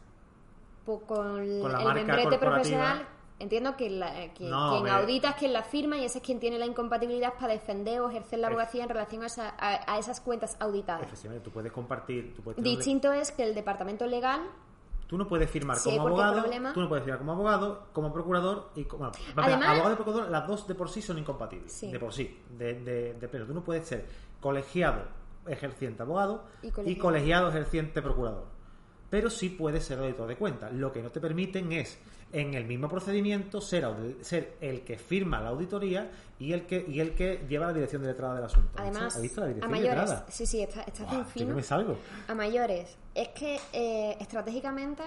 Speaker 2: po- con,
Speaker 1: Con la
Speaker 2: el
Speaker 1: marca
Speaker 2: membrete
Speaker 1: corporativa.
Speaker 2: profesional, entiendo que, la- eh, que-
Speaker 1: No,
Speaker 2: quien
Speaker 1: me-
Speaker 2: audita es quien la firma y ese es quien tiene la incompatibilidad para defender o ejercer la
Speaker 1: Es-
Speaker 2: abogacía en relación a, esa- a- a esas cuentas auditadas.
Speaker 1: Efectivamente, tú puedes compartir, tú puedes tener-
Speaker 2: Distinto es que el departamento legal,
Speaker 1: Tú no puedes firmar
Speaker 2: Si hay
Speaker 1: como
Speaker 2: cualquier
Speaker 1: abogado,
Speaker 2: problema-
Speaker 1: tú no puedes firmar como abogado, como procurador y como bueno, va, espera,
Speaker 2: Además-
Speaker 1: abogado y procurador, las dos de por sí son incompatibles,
Speaker 2: Sí.
Speaker 1: de por sí, de, de, de pleno. Tú no puedes ser colegiado ejerciente abogado
Speaker 2: Y
Speaker 1: y
Speaker 2: colegiado.
Speaker 1: colegiado, ejerciente procurador. Pero sí puedes ser auditor de cuenta. Lo que no te permiten es en el mismo procedimiento ser, audi- ser el que firma la auditoría y el que y el que lleva la dirección de letrada del asunto.
Speaker 2: además,
Speaker 1: ¿Has visto la
Speaker 2: a
Speaker 1: dirección de
Speaker 2: mayores.
Speaker 1: letrada?
Speaker 2: Sí, sí, está, está
Speaker 1: Buah,
Speaker 2: tan
Speaker 1: que yo
Speaker 2: fino.
Speaker 1: me salgo.
Speaker 2: A mayores. Es que eh, estratégicamente,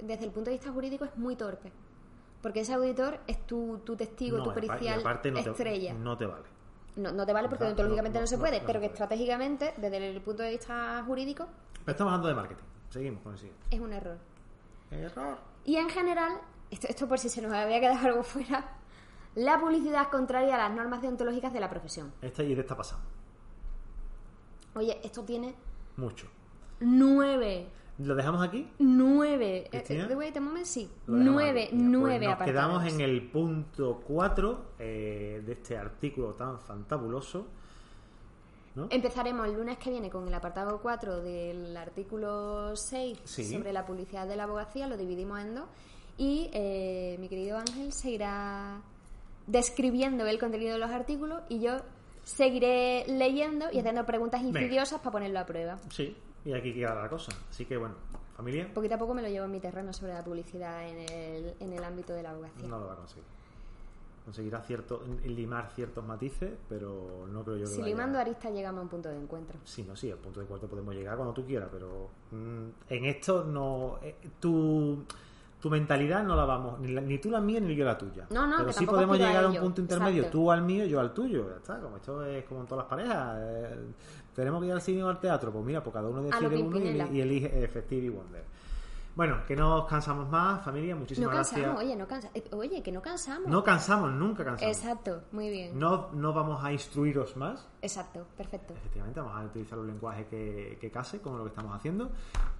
Speaker 2: desde el punto de vista jurídico, es muy torpe. Porque ese auditor es tu, tu testigo,
Speaker 1: No,
Speaker 2: tu
Speaker 1: y apa- y
Speaker 2: pericial
Speaker 1: aparte no te-
Speaker 2: estrella. No.
Speaker 1: no te vale.
Speaker 2: No, te vale porque
Speaker 1: No,
Speaker 2: deontológicamente no,
Speaker 1: no,
Speaker 2: se
Speaker 1: no,
Speaker 2: puede,
Speaker 1: no, no
Speaker 2: pero
Speaker 1: se
Speaker 2: que
Speaker 1: puede.
Speaker 2: estratégicamente, desde el punto de vista jurídico,
Speaker 1: Pero estamos hablando de marketing. Seguimos con el siguiente.
Speaker 2: es un error.
Speaker 1: Error.
Speaker 2: Y en general, esto, esto por si se nos había quedado algo fuera, la publicidad es contraria a las normas deontológicas de la profesión.
Speaker 1: Esta y de esta pasamos.
Speaker 2: Oye, esto tiene
Speaker 1: Mucho.
Speaker 2: nueve
Speaker 1: ¿Lo dejamos aquí?
Speaker 2: Nueve. Eh,
Speaker 1: ¿Cristina?
Speaker 2: eh, The Wait a Moment, sí.
Speaker 1: Lo dejamos
Speaker 2: Nueve,
Speaker 1: aquí. Mira, pues
Speaker 2: nueve
Speaker 1: nos
Speaker 2: apartados.
Speaker 1: Quedamos en el punto 4 de este artículo tan fantabuloso. ¿no?
Speaker 2: Empezaremos el lunes que viene con el apartado 4 del artículo 6
Speaker 1: Sí.
Speaker 2: sobre la publicidad de la abogacía, lo dividimos en dos. Y eh, mi querido Ángel seguirá describiendo el contenido de los artículos y yo seguiré leyendo y haciendo preguntas
Speaker 1: Venga.
Speaker 2: insidiosas para ponerlo a prueba.
Speaker 1: Sí, y aquí queda la cosa. Así que bueno, familia,
Speaker 2: Poquito a poco me lo llevo en mi terreno sobre la publicidad en el, en el ámbito de la abogacía.
Speaker 1: no lo va a conseguir. Conseguirá cierto, limar ciertos matices, pero no creo yo que
Speaker 2: si
Speaker 1: vaya-
Speaker 2: limando aristas llegamos a un punto de encuentro.
Speaker 1: Sí, no, sí, al punto de cuarto podemos llegar cuando tú quieras, pero mm, en esto no. eh, tu, tu mentalidad no la vamos. Ni, la- ni tú la mía ni yo la tuya.
Speaker 2: No, no,
Speaker 1: pero
Speaker 2: que
Speaker 1: sí
Speaker 2: tampoco
Speaker 1: podemos
Speaker 2: aspiro a
Speaker 1: llegar a un
Speaker 2: ello,
Speaker 1: punto intermedio,
Speaker 2: exacto.
Speaker 1: tú al mío, yo al tuyo. Ya está, como esto es como en todas las parejas. eh, Tenemos que ir al cine o al teatro. Pues mira, pues cada uno
Speaker 2: lo
Speaker 1: decide uno y,
Speaker 2: Pimpinela.
Speaker 1: y elige Effective y Wonder. Bueno, que no os cansamos más, familia.
Speaker 2: No
Speaker 1: Muchísimas
Speaker 2: cansamos,
Speaker 1: gracias.
Speaker 2: oye, no cansa, eh, oye, que no cansamos.
Speaker 1: No cansamos, nunca cansamos.
Speaker 2: Exacto, muy bien.
Speaker 1: No, no vamos a instruiros más.
Speaker 2: Exacto, perfecto.
Speaker 1: Efectivamente, vamos a utilizar un lenguaje que, que case con lo que estamos haciendo.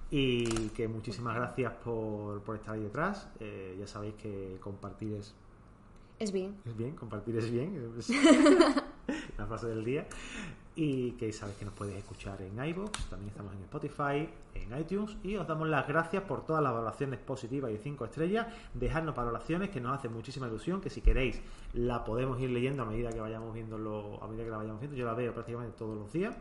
Speaker 1: Y que muchísimas gracias por, por estar ahí detrás. Eh, ya sabéis que compartir es,
Speaker 2: Es bien.
Speaker 1: es bien, compartir es bien.
Speaker 2: <laughs>
Speaker 1: es la frase del día. Y que sabéis que nos podéis escuchar en iVoox, también estamos en Spotify, en iTunes. Y os damos las gracias por todas las valoraciones positivas y 5 estrellas. Dejadnos valoraciones que nos hacen muchísima ilusión. Que si queréis, la podemos ir leyendo a medida que vayamos viéndolo, a medida que la vayamos viendo. Yo la veo prácticamente todos los días.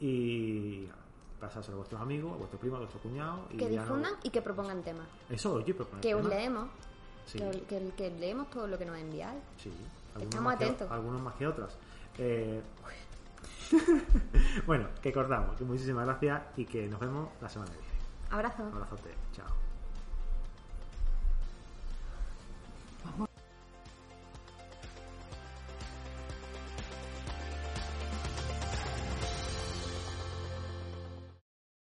Speaker 1: Y nada, pasárselo a vuestros amigos, a vuestros primos, a vuestros cuñados. y
Speaker 2: Que
Speaker 1: ya no-
Speaker 2: difundan y que propongan temas.
Speaker 1: Eso, oye, pero con el
Speaker 2: Que os
Speaker 1: tema-
Speaker 2: leemos.
Speaker 1: Sí.
Speaker 2: Que, os- que- que leemos todo lo que nos enviáis.
Speaker 1: Sí,
Speaker 2: Estamos
Speaker 1: más que-
Speaker 2: atentos.
Speaker 1: algunos más que otras.
Speaker 2: <laughs>
Speaker 1: Eh, bueno, que cortamos. Que muchísimas gracias y que nos vemos la semana que viene.
Speaker 2: Abrazo.
Speaker 1: Un abrazote. Chao.